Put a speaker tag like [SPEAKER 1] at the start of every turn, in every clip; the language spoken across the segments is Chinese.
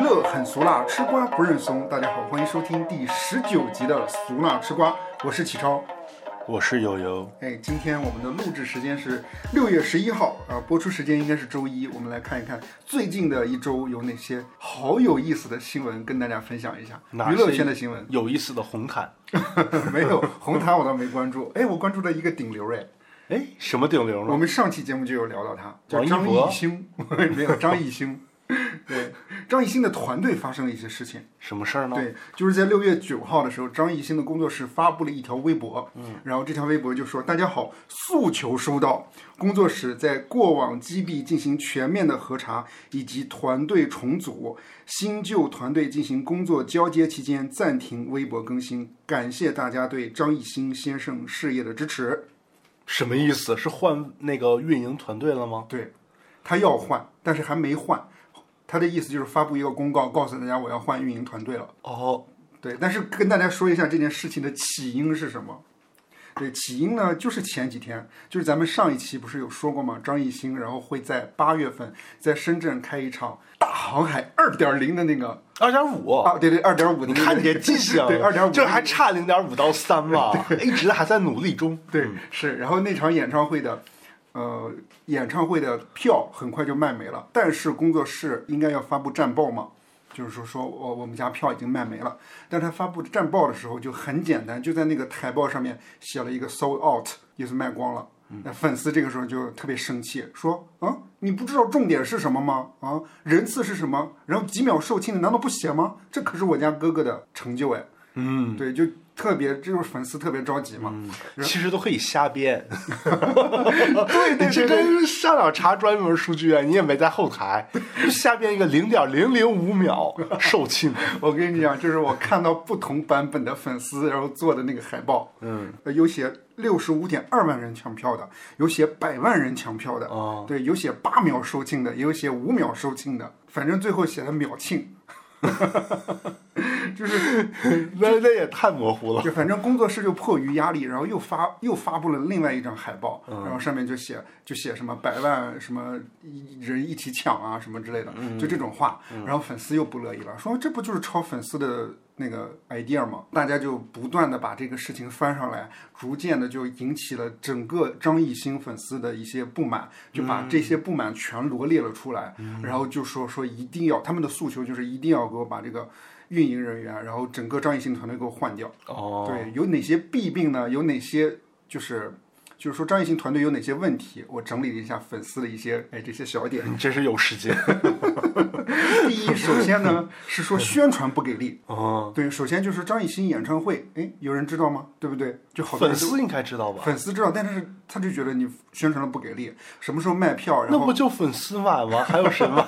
[SPEAKER 1] 乐很俗辣，吃瓜不认怂。大家好，欢迎收听第十九集的《俗辣吃瓜》，我是启超。
[SPEAKER 2] 我是友友，
[SPEAKER 1] 哎，今天我们的录制时间是六月十一号啊、播出时间应该是周一。我们来看一看最近的一周有哪些好有意思的新闻跟大家分享一下。
[SPEAKER 2] 哪
[SPEAKER 1] 娱乐
[SPEAKER 2] 些
[SPEAKER 1] 圈的新 闻
[SPEAKER 2] 有意思的红毯，
[SPEAKER 1] 没有，红毯我倒没关注。哎，我关注了一个顶流 哎，
[SPEAKER 2] 哎，什么顶流
[SPEAKER 1] 我
[SPEAKER 2] 呢？
[SPEAKER 1] 们上期节目就有聊到他，叫
[SPEAKER 2] 王一
[SPEAKER 1] 张
[SPEAKER 2] 博
[SPEAKER 1] 艺兴， 没有张艺兴。 对，张艺兴的团队发生了一些事情。
[SPEAKER 2] 什么事儿呢？
[SPEAKER 1] 对，就是在六月九号的时候，张艺兴的工作室发布了一条微博，嗯，然后这条微博就说：“大家好，诉求收到。工作室在过往基地进行全面的核查以及团队重组，新旧团队进行工作交接期间暂停微博更新，感谢大家对张艺兴先生事业的支持。
[SPEAKER 2] 什么意思？是换那个运营团队了吗？
[SPEAKER 1] 他要换，但是还没换。”他的意思就是发布一个公告，告诉大家我要换运营团队了。
[SPEAKER 2] 哦，
[SPEAKER 1] 对，但是跟大家说一下这件事情的起因是什么。对，起因呢，就是前几天，就是咱们上一期不是有说过吗？张艺兴，然后会在八月份在深圳开一场大航海二点零的那个
[SPEAKER 2] 二点五，
[SPEAKER 1] 啊，对对，二点五的
[SPEAKER 2] 你
[SPEAKER 1] 那个，
[SPEAKER 2] 看你这记性啊，
[SPEAKER 1] 对2.5
[SPEAKER 2] 这还差零点五到三嘛， 一直还在努力中。
[SPEAKER 1] 对，是。然后那场演唱会的，呃，演唱会的票很快就卖没了，但是工作室应该要发布战报嘛，就是说说我我们家票已经卖没了，但是他发布战报的时候就很简单，就在那个台报上面写了一个 sold out，意思卖光了。那粉丝这个时候就特别生气，说啊，你不知道重点是什么吗？啊，人次是什么？然后几秒售罄，你难道不写吗？这可是我家哥哥的成就哎。嗯，对，就特别，这就是粉丝特别着急嘛。
[SPEAKER 2] 其实都可以瞎编，
[SPEAKER 1] 对
[SPEAKER 2] 你这跟上网查专门数据啊，你也没在后台，就瞎编一个零点零零五 秒售罄，
[SPEAKER 1] 我跟你讲，这是我看到不同版本的粉丝然后做的那个海报，嗯，有写六十五点二万人抢票的，有写百万人抢票的，
[SPEAKER 2] 哦
[SPEAKER 1] 对，有写八秒售罄的，也有写五秒售罄的，反正最后写的秒罄， 就是
[SPEAKER 2] 那那也太模糊了。
[SPEAKER 1] 就反正工作室就迫于压力，然后又发又发布了另外一张海报，然后上面就写就写什么百万什么一人一起抢啊什么之类的，就这种话，然后粉丝又不乐意了，说这不就是抄粉丝的那个 idea 吗？大家就不断的把这个事情翻上来，逐渐的就引起了整个张艺兴粉丝的一些不满，就把这些不满全罗列了出来，然后就说说一定要他们的诉求就是一定要给我把这个。运营人员，然后整个张艺兴团队给我换掉。
[SPEAKER 2] 哦，
[SPEAKER 1] 对，有哪些弊病呢？有哪些就是就是说张艺兴团队有哪些问题？我整理了一下粉丝的一些哎这些小点。
[SPEAKER 2] 你真是有时间。
[SPEAKER 1] 第一，首先呢是说宣传不给力。
[SPEAKER 2] 嗯，
[SPEAKER 1] 对，首先就是张艺兴演唱会，哎，有人知道吗？对不对？就好多
[SPEAKER 2] 粉
[SPEAKER 1] 人都
[SPEAKER 2] 丝应该知道吧？
[SPEAKER 1] 粉丝知道，但是他就觉得你宣传的不给力，什么时候卖票？然
[SPEAKER 2] 那
[SPEAKER 1] 后
[SPEAKER 2] 不就粉丝买吗？还有谁 买？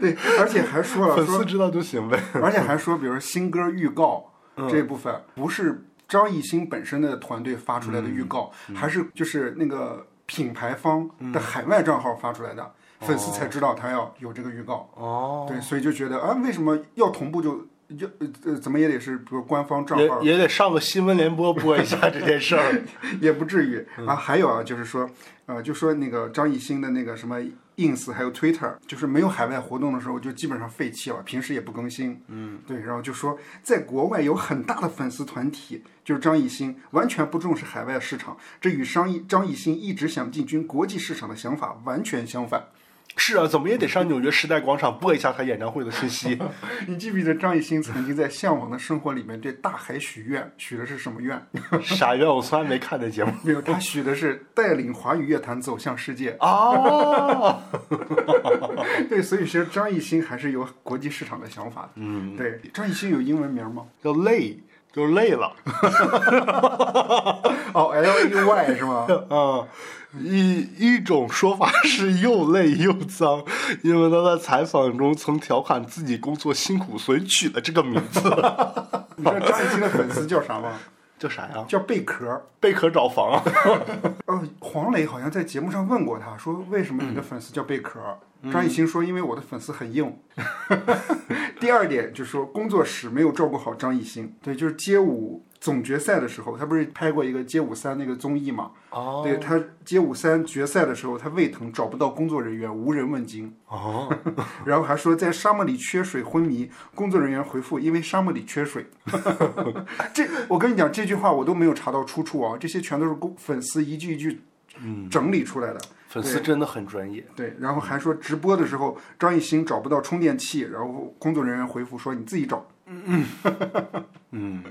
[SPEAKER 1] 对，而且还说了
[SPEAKER 2] 粉
[SPEAKER 1] 说
[SPEAKER 2] 丝知道就行呗。
[SPEAKER 1] 而且还说，比如说新歌预告
[SPEAKER 2] 嗯
[SPEAKER 1] 这一部分，不是张艺兴本身的团队发出来的预告，
[SPEAKER 2] 嗯
[SPEAKER 1] 还是就是那个品牌方的海外账号发出来的，粉丝才知道他要有这个预告。
[SPEAKER 2] 哦，
[SPEAKER 1] 对，所以就觉得啊，为什么要同步就就呃呃怎么也得是，比如官方账
[SPEAKER 2] 也
[SPEAKER 1] 号
[SPEAKER 2] 也得上个新闻联播播一下这件事儿。
[SPEAKER 1] 也不至于啊。还有啊，就是说，呃，就说那个张艺兴的那个什么 ins 还有 Twitter，就是没有海外活动的时候就基本上废弃了，平时也不更新。嗯，对，然后就说在国外有很大的粉丝团体，就是张艺兴完全不重视海外市场，这与张艺张艺兴一直想进军国际市场的想法完全相反。
[SPEAKER 2] 是啊，怎么也得上纽约时代广场播一下他演唱会的信息。
[SPEAKER 1] 你记不记得张艺兴曾经在《向往的生活》里面对大海许愿，许的是什么愿？
[SPEAKER 2] 傻月，我从来没看那节目。
[SPEAKER 1] 没有，他许的是带领华语乐坛走向世界。
[SPEAKER 2] 哦，
[SPEAKER 1] 对，所以其实张艺兴还是有国际市场的想法的。嗯，对，张艺兴有英文名吗？
[SPEAKER 2] 就累，就累了。
[SPEAKER 1] 哦，L E Y 是吗？
[SPEAKER 2] 啊，一一种说法是又累又脏，因为他在采访中曾调侃自己工作辛苦，所以取了这个名字。
[SPEAKER 1] 你知道张艺兴的粉丝叫啥吗？
[SPEAKER 2] 叫啥呀？
[SPEAKER 1] 叫贝壳。
[SPEAKER 2] 贝壳找房 啊。
[SPEAKER 1] 呃，黄磊好像在节目上问过他，说为什么你的粉丝叫贝壳？张艺兴说，因为我的粉丝很硬。 第二点就是说，工作室没有照顾好张艺兴。对，就是街舞总决赛的时候，他不是拍过一个街舞三那个综艺嘛？哦，对他街舞三决赛的时候，他胃疼找不到工作人员，无人问津。
[SPEAKER 2] 哦，
[SPEAKER 1] 然后还说在沙漠里缺水昏迷，工作人员回复因为沙漠里缺水。 这我跟你讲，这句话我都没有查到出处啊，这些全都是公粉丝一句一句
[SPEAKER 2] 嗯
[SPEAKER 1] 整理出来的。
[SPEAKER 2] 粉丝真的很专业。
[SPEAKER 1] 对，然后还说直播的时候张艺兴找不到充电器，然后工作人员回复说你自己找。
[SPEAKER 2] 嗯，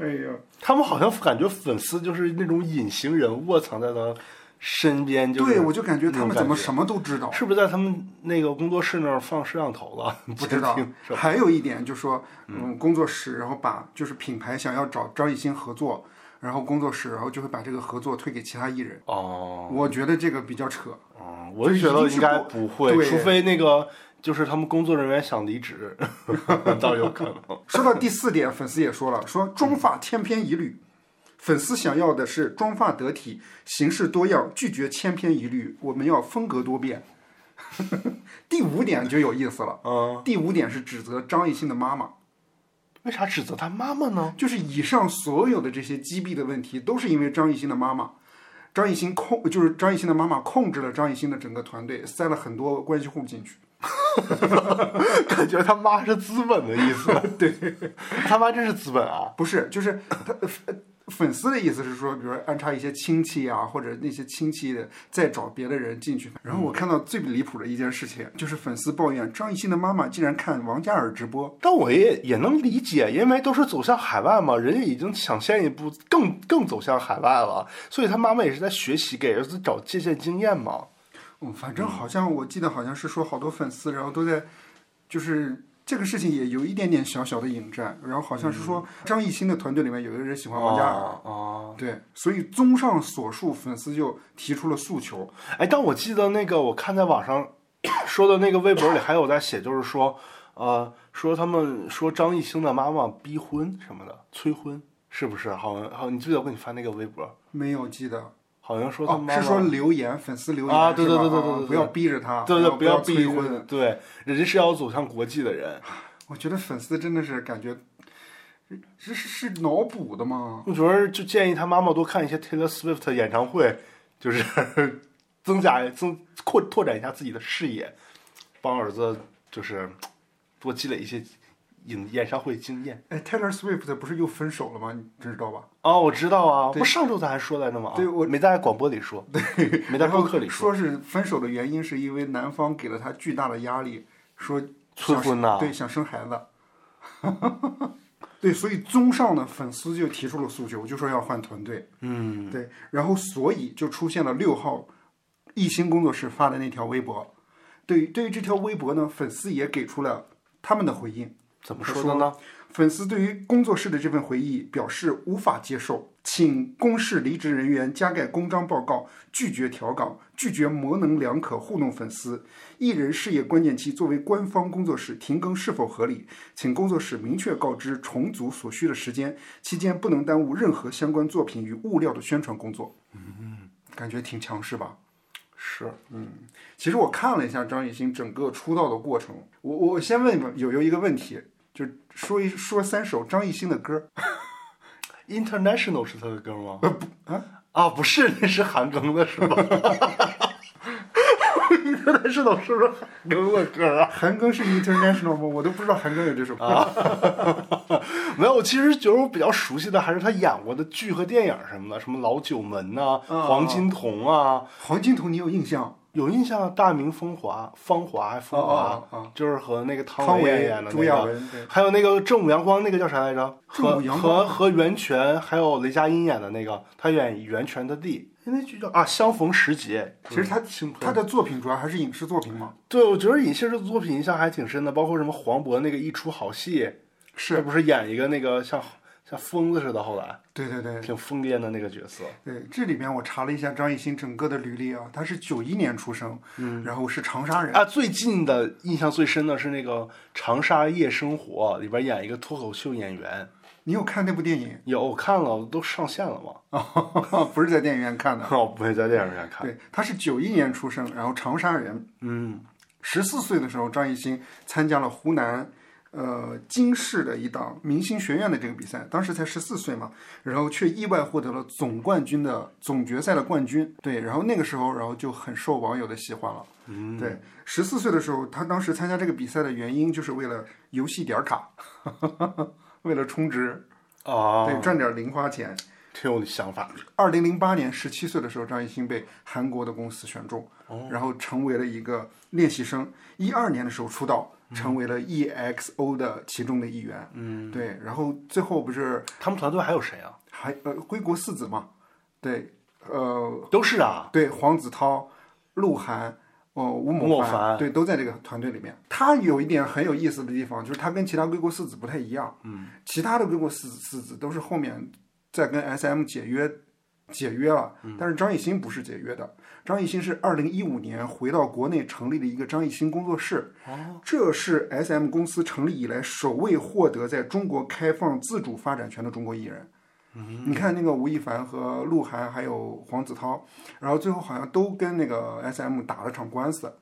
[SPEAKER 1] 哎呀，
[SPEAKER 2] 他们好像感觉粉丝就是那种隐形人物，卧藏在他身边，就是
[SPEAKER 1] 对我就感觉他
[SPEAKER 2] 那
[SPEAKER 1] 们
[SPEAKER 2] 种
[SPEAKER 1] 怎么
[SPEAKER 2] 感觉
[SPEAKER 1] 什么都知道。
[SPEAKER 2] 是不是在他们那个工作室那儿放摄像头了？
[SPEAKER 1] 不知道
[SPEAKER 2] 监听。是吧
[SPEAKER 1] 还有一点就说，嗯，工作室然后把就是品牌想要找张艺兴合作，然后工作室然后就会把这个合作推给其他艺人，
[SPEAKER 2] 哦，
[SPEAKER 1] 我觉得这个比较扯。
[SPEAKER 2] 哦我就觉得应该不会，
[SPEAKER 1] 对
[SPEAKER 2] 除非那个就是他们工作人员想离职， 倒有可能。
[SPEAKER 1] 说到第四点，粉丝也说了，
[SPEAKER 2] 嗯
[SPEAKER 1] 说妆发千篇一律。粉丝想要的是妆发得体、形式多样，拒绝千篇一律。我们要风格多变。 第五点就有意思了，
[SPEAKER 2] 嗯，
[SPEAKER 1] 第五点是指责张艺兴的妈妈，
[SPEAKER 2] 为啥指责他妈妈呢？
[SPEAKER 1] 就是以上所有的这些击毙的问题，都是因为张艺兴的妈妈。张艺兴控就是张艺兴的妈妈控制了张艺兴的整个团队，塞了很多关系户进去。
[SPEAKER 2] 感觉他妈是资本的意思。 对，他妈真是资本啊！
[SPEAKER 1] 不是，就是他呃粉丝的意思是说，比如说安插一些亲戚啊，或者那些亲戚的再找别的人进去。然后我看到最离谱的一件事情，就是粉丝抱怨张艺兴的妈妈竟然看王嘉尔直播。
[SPEAKER 2] 但我也也能理解，因为都是走向海外嘛，人家已经抢先一步更更走向海外了，所以他妈妈也是在学习，给儿子找借鉴经验嘛。
[SPEAKER 1] 嗯，反正好像我记得好像是说好多粉丝，然后都在，就是这个事情也有一点点小小的引战，然后好像是说张艺兴的团队里面有一个人喜欢王嘉尔，
[SPEAKER 2] 嗯哦，
[SPEAKER 1] 对，所以综上所述，粉丝就提出了诉求，
[SPEAKER 2] 哎，但我记得那个，我看在网上说的那个微博里还有在写，就是说，呃，说他们说张艺兴的妈妈逼婚什么的，催婚是不是？好像好，你记得我给你发那个微博，
[SPEAKER 1] 没有记得
[SPEAKER 2] 好像说他
[SPEAKER 1] 哦
[SPEAKER 2] 妈，妈、
[SPEAKER 1] 是说留言粉丝留言
[SPEAKER 2] 啊对
[SPEAKER 1] 是吧
[SPEAKER 2] 对对对
[SPEAKER 1] 啊
[SPEAKER 2] 对对
[SPEAKER 1] 不要逼着他，
[SPEAKER 2] 对对，
[SPEAKER 1] 不
[SPEAKER 2] 要逼
[SPEAKER 1] 催婚。
[SPEAKER 2] 对，人家是要走向国际的人。
[SPEAKER 1] 我觉得粉丝真的是感觉，这是是脑补的吗？
[SPEAKER 2] 我觉得就建议他妈妈多看一些 Taylor Swift 演唱会，就是 增加增扩拓展一下自己的视野，帮儿子就是多积累一些演演唱会经验。
[SPEAKER 1] 哎，Taylor Swift 不是又分手了吗？你知道吧？
[SPEAKER 2] 哦，我知道啊，
[SPEAKER 1] 对
[SPEAKER 2] 不上周咱还说来着吗？啊
[SPEAKER 1] 对我
[SPEAKER 2] 没在广播里说，没在
[SPEAKER 1] 然后
[SPEAKER 2] 播客里
[SPEAKER 1] 说
[SPEAKER 2] 说，
[SPEAKER 1] 是分手的原因是因为男方给了她巨大的压力，说
[SPEAKER 2] 催婚呐
[SPEAKER 1] 想对，想生孩子。 对，所以综上呢，粉丝就提出了诉求，就说要换团队。
[SPEAKER 2] 嗯，
[SPEAKER 1] 对，然后所以就出现了六号艺兴工作室发的那条微博。对于对于这条微博呢，粉丝也给出了他们的回应。
[SPEAKER 2] 怎么说的呢？
[SPEAKER 1] 粉丝对于工作室的这份回忆表示无法接受，请公示离职人员加盖公章报告，拒绝调岗，拒绝模棱两可糊弄粉丝。艺人事业关键期作为官方工作室停更是否合理？请工作室明确告知重组所需的时间，期间不能耽误任何相关作品与物料的宣传工作。嗯，感觉挺强势吧？
[SPEAKER 2] 是，
[SPEAKER 1] 其实我看了一下张艺兴整个出道的过程，我我先问问友友一个问题，就说一说三首张艺兴的歌。
[SPEAKER 2] International 是他的歌吗？呃不啊，不是，那是韩庚的是吧？International 是不是韩庚的歌啊？
[SPEAKER 1] 韩庚是 international 吗？我都不知道韩庚有这首歌。
[SPEAKER 2] 没有，我其实觉得我比较熟悉的还是他演过的剧和电影什么的，什么老九门呐、
[SPEAKER 1] 啊
[SPEAKER 2] 黄金瞳啊，
[SPEAKER 1] 黄金瞳你有印象？
[SPEAKER 2] 有印象，《大明风华》《芳华》还《风华》
[SPEAKER 1] 哦哦哦
[SPEAKER 2] 就是和那个
[SPEAKER 1] 汤
[SPEAKER 2] 汤
[SPEAKER 1] 唯
[SPEAKER 2] 唯演的
[SPEAKER 1] 朱
[SPEAKER 2] 那
[SPEAKER 1] 亚
[SPEAKER 2] 个
[SPEAKER 1] 文对，
[SPEAKER 2] 还有那个正午阳光那个叫啥来着？
[SPEAKER 1] 正
[SPEAKER 2] 和
[SPEAKER 1] 午阳
[SPEAKER 2] 和和袁泉还有雷佳音演的那个，他演袁泉的弟，
[SPEAKER 1] 哎
[SPEAKER 2] 那剧叫啊《相逢时节》。
[SPEAKER 1] 其实他
[SPEAKER 2] 青
[SPEAKER 1] 他
[SPEAKER 2] 春，
[SPEAKER 1] 的作品主要还是影视作品嘛。
[SPEAKER 2] 对我觉得尹昕这作品印象还挺深的，包括什么黄渤那个一出好戏，他
[SPEAKER 1] 是，
[SPEAKER 2] 不是演一个那个像像疯子似的，后来
[SPEAKER 1] 对对对
[SPEAKER 2] 挺疯癫的那个角色。
[SPEAKER 1] 对。这里边我查了一下张艺兴整个的履历啊，他是九一年出生，
[SPEAKER 2] 嗯
[SPEAKER 1] 然后是长沙人。
[SPEAKER 2] 啊，最近的印象最深的是那个《长沙夜生活》里边演一个脱口秀演员，
[SPEAKER 1] 你有看那部电影？
[SPEAKER 2] 有我看了，都上线了 嘛？
[SPEAKER 1] 不是在电影院看的。
[SPEAKER 2] 我不会在电影院看。
[SPEAKER 1] 对，他是九一年出生，然后长沙人。
[SPEAKER 2] 嗯，
[SPEAKER 1] 十四岁的时候，张艺兴参加了湖南呃京市的一档明星学院的这个比赛，当时才十四岁嘛，然后却意外获得了总冠军的总决赛的冠军。对，然后那个时候，然后就很受网友的喜欢了。嗯，对，十四岁的时候，他当时参加这个比赛的原因就是为了游戏点儿卡， 为了充值，
[SPEAKER 2] 啊，
[SPEAKER 1] 对，赚点儿零花钱。
[SPEAKER 2] 挺有想法。
[SPEAKER 1] 二零零八年，十七岁的时候，张艺兴被韩国的公司选中，然后成为了一个练习生。一二年的时候出道，成为了 EXO 的其中的一员。嗯，对。然后最后不是
[SPEAKER 2] 他们团队还有谁啊？
[SPEAKER 1] 还呃归国四子嘛？对，呃，
[SPEAKER 2] 都是啊，
[SPEAKER 1] 对，黄子韬、鹿晗。哦，吴
[SPEAKER 2] 吴
[SPEAKER 1] 某
[SPEAKER 2] 某凡
[SPEAKER 1] 对，都在这个团队里面。他有一点很有意思的地方，就是他跟其他归国四子不太一样。嗯，其他的归国四四子都是后面在跟 S.M 解约解约了，
[SPEAKER 2] 嗯
[SPEAKER 1] 但是张艺兴不是解约的。张艺兴是二零一五年回到国内成立了一个张艺兴工作室，
[SPEAKER 2] 哦
[SPEAKER 1] 这是 S.M 公司成立以来首位获得在中国开放自主发展权的中国艺人。你看那个吴亦凡和鹿晗，还有黄子韬，然后最后好像都跟那个 S.M 打了场官司，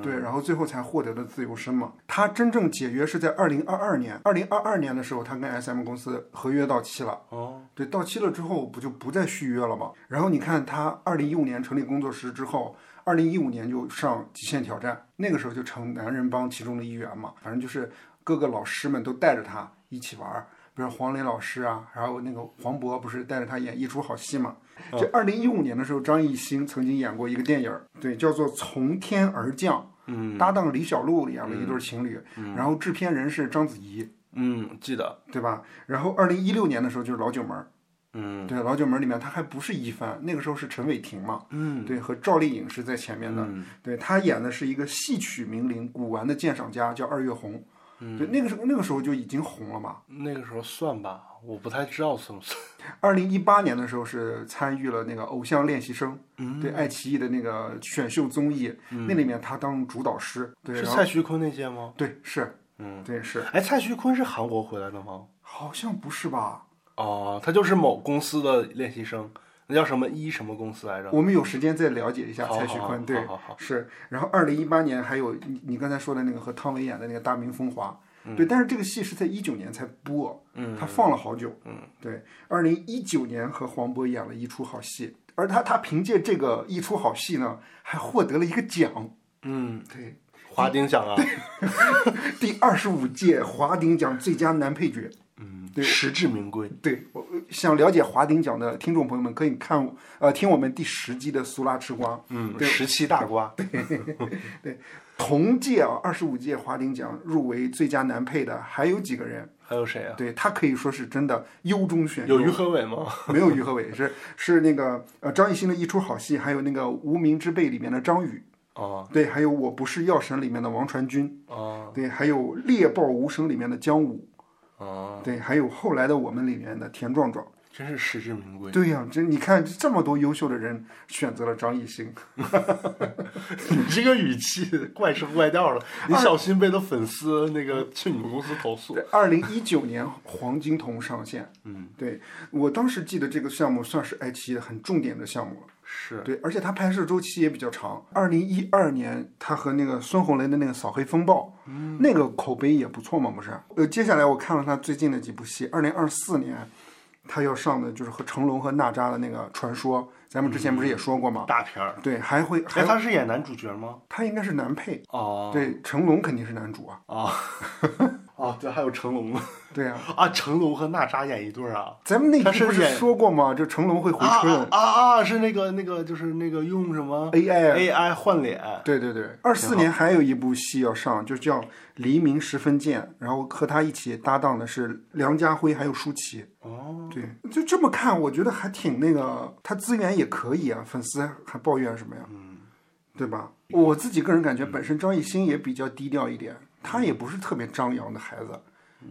[SPEAKER 1] 对，然后最后才获得的自由身嘛。他真正解约是在二零二二年，二零二二年的时候，他跟 S.M 公司合约到期了。哦，对，到期了之后不就不再续约了吗？然后你看他二零一五年成立工作室之后，二零一五年就上《极限挑战》，那个时候就成男人帮其中的一员嘛。反正就是各个老师们都带着他一起玩儿。比如黄磊老师啊，还有那个黄渤，不是带着他演一出好戏嘛？就二零一五年的时候，张艺兴曾经演过一个电影儿，对，叫做《从天而降》，嗯，搭档李小璐演了一对情侣，然后制片人是章子怡，
[SPEAKER 2] 嗯，记得，
[SPEAKER 1] 对吧？然后二零一六年的时候就是《老九门》，
[SPEAKER 2] 嗯，
[SPEAKER 1] 对，《老九门》里面他还不是一帆，那个时候是陈伟霆嘛，
[SPEAKER 2] 嗯，
[SPEAKER 1] 对，和赵丽颖是在前面的，对他演的是一个戏曲名伶古玩的鉴赏家，叫二月红。
[SPEAKER 2] 嗯
[SPEAKER 1] 对，那个时候那个时候就已经红了嘛。
[SPEAKER 2] 那个时候算吧，我不太知道算不算。
[SPEAKER 1] 二零一八年的时候是参与了那个《偶像练习生》，
[SPEAKER 2] 嗯
[SPEAKER 1] 对爱奇艺的那个选秀综艺，那里面他当主导师，对，
[SPEAKER 2] 是
[SPEAKER 1] 然后
[SPEAKER 2] 蔡徐坤那届吗？
[SPEAKER 1] 对是，
[SPEAKER 2] 嗯，
[SPEAKER 1] 对是，
[SPEAKER 2] 哎，蔡徐坤是韩国回来的吗？
[SPEAKER 1] 好像不是吧？
[SPEAKER 2] 哦，他就是某公司的练习生，那叫什么一什么公司来着？
[SPEAKER 1] 我们有时间再了解一下
[SPEAKER 2] 好
[SPEAKER 1] 蔡徐
[SPEAKER 2] 好好
[SPEAKER 1] 坤，对
[SPEAKER 2] 好好好，
[SPEAKER 1] 是。然后二零一八年还有你你刚才说的那个和汤唯演的那个《大明风华》，对，但是这个戏是在一九年才播，他放了好久，对。二零一九年和黄渤演了一出好戏，而他他凭借这个一出好戏呢，还获得了一个奖，
[SPEAKER 2] 嗯，
[SPEAKER 1] 对，
[SPEAKER 2] 华鼎奖啊，
[SPEAKER 1] 第二十五届华鼎奖最佳男配角。
[SPEAKER 2] 嗯，
[SPEAKER 1] 对
[SPEAKER 2] 实至名归。
[SPEAKER 1] 对，我想了解华鼎奖的听众朋友们，可以看我呃听我们第十集的《苏拉吃瓜》。
[SPEAKER 2] 嗯，
[SPEAKER 1] 对
[SPEAKER 2] 十七大瓜，
[SPEAKER 1] 同届啊，二十五届华鼎奖入围最佳男配的还有几个人？
[SPEAKER 2] 还有谁啊？
[SPEAKER 1] 对他可以说是真的优中选优
[SPEAKER 2] 有。于和伟吗？
[SPEAKER 1] 没有于和伟，是是那个呃张艺兴的一出好戏，还有那个《无名之辈》里面的张宇，
[SPEAKER 2] 哦
[SPEAKER 1] 对，还有《我不是药神》里面的王传君，
[SPEAKER 2] 哦
[SPEAKER 1] 对，还有《猎豹无声》里面的姜武，
[SPEAKER 2] 哦，
[SPEAKER 1] 对，还有后来的我们里面的田壮壮。
[SPEAKER 2] 真是实至名归。
[SPEAKER 1] 对呀、这你看这么多优秀的人选择了张艺兴，
[SPEAKER 2] 你这个语气怪声怪调的，你小心被他粉丝那个去你们公司投诉。
[SPEAKER 1] 二零一九年黄金瞳上线，嗯，对我当时记得这个项目算是爱奇艺的很重点的项目了，
[SPEAKER 2] 是，
[SPEAKER 1] 对，而且它拍摄周期也比较长。二零一二年，他和那个孙红雷的那个《扫黑风暴》，
[SPEAKER 2] 嗯
[SPEAKER 1] 那个口碑也不错嘛，不是？呃，接下来我看了他最近的几部戏，二零二四年他要上的就是和成龙和娜扎的那个《传说》，咱们之前不是也说过吗？
[SPEAKER 2] 大片儿。
[SPEAKER 1] 对，还会还
[SPEAKER 2] 嗯哎，他是演男主角吗？
[SPEAKER 1] 他应该是男配，
[SPEAKER 2] 哦
[SPEAKER 1] 对，成龙肯定是男主啊。
[SPEAKER 2] 哦哦，对，还有成龙
[SPEAKER 1] 对啊，
[SPEAKER 2] 啊，成龙和娜扎演一对儿啊。
[SPEAKER 1] 咱们那
[SPEAKER 2] 他
[SPEAKER 1] 期
[SPEAKER 2] 是
[SPEAKER 1] 不是
[SPEAKER 2] 演
[SPEAKER 1] 说过吗？就成龙会回
[SPEAKER 2] 啊
[SPEAKER 1] 春、
[SPEAKER 2] 啊啊！啊是那个那个，就是那个用什么
[SPEAKER 1] AI。
[SPEAKER 2] AI 换脸。
[SPEAKER 1] 对对对，二四年还有一部戏要上，就叫《黎明十分见》，然后和他一起搭档的是梁家辉还有舒淇。
[SPEAKER 2] 哦，
[SPEAKER 1] 对，就这么看，我觉得还挺那个，他资源也可以啊，粉丝还抱怨什么呀？嗯，对吧？我自己个人感觉，本身张艺兴也比较低调一点，他也不是特别张扬的孩子。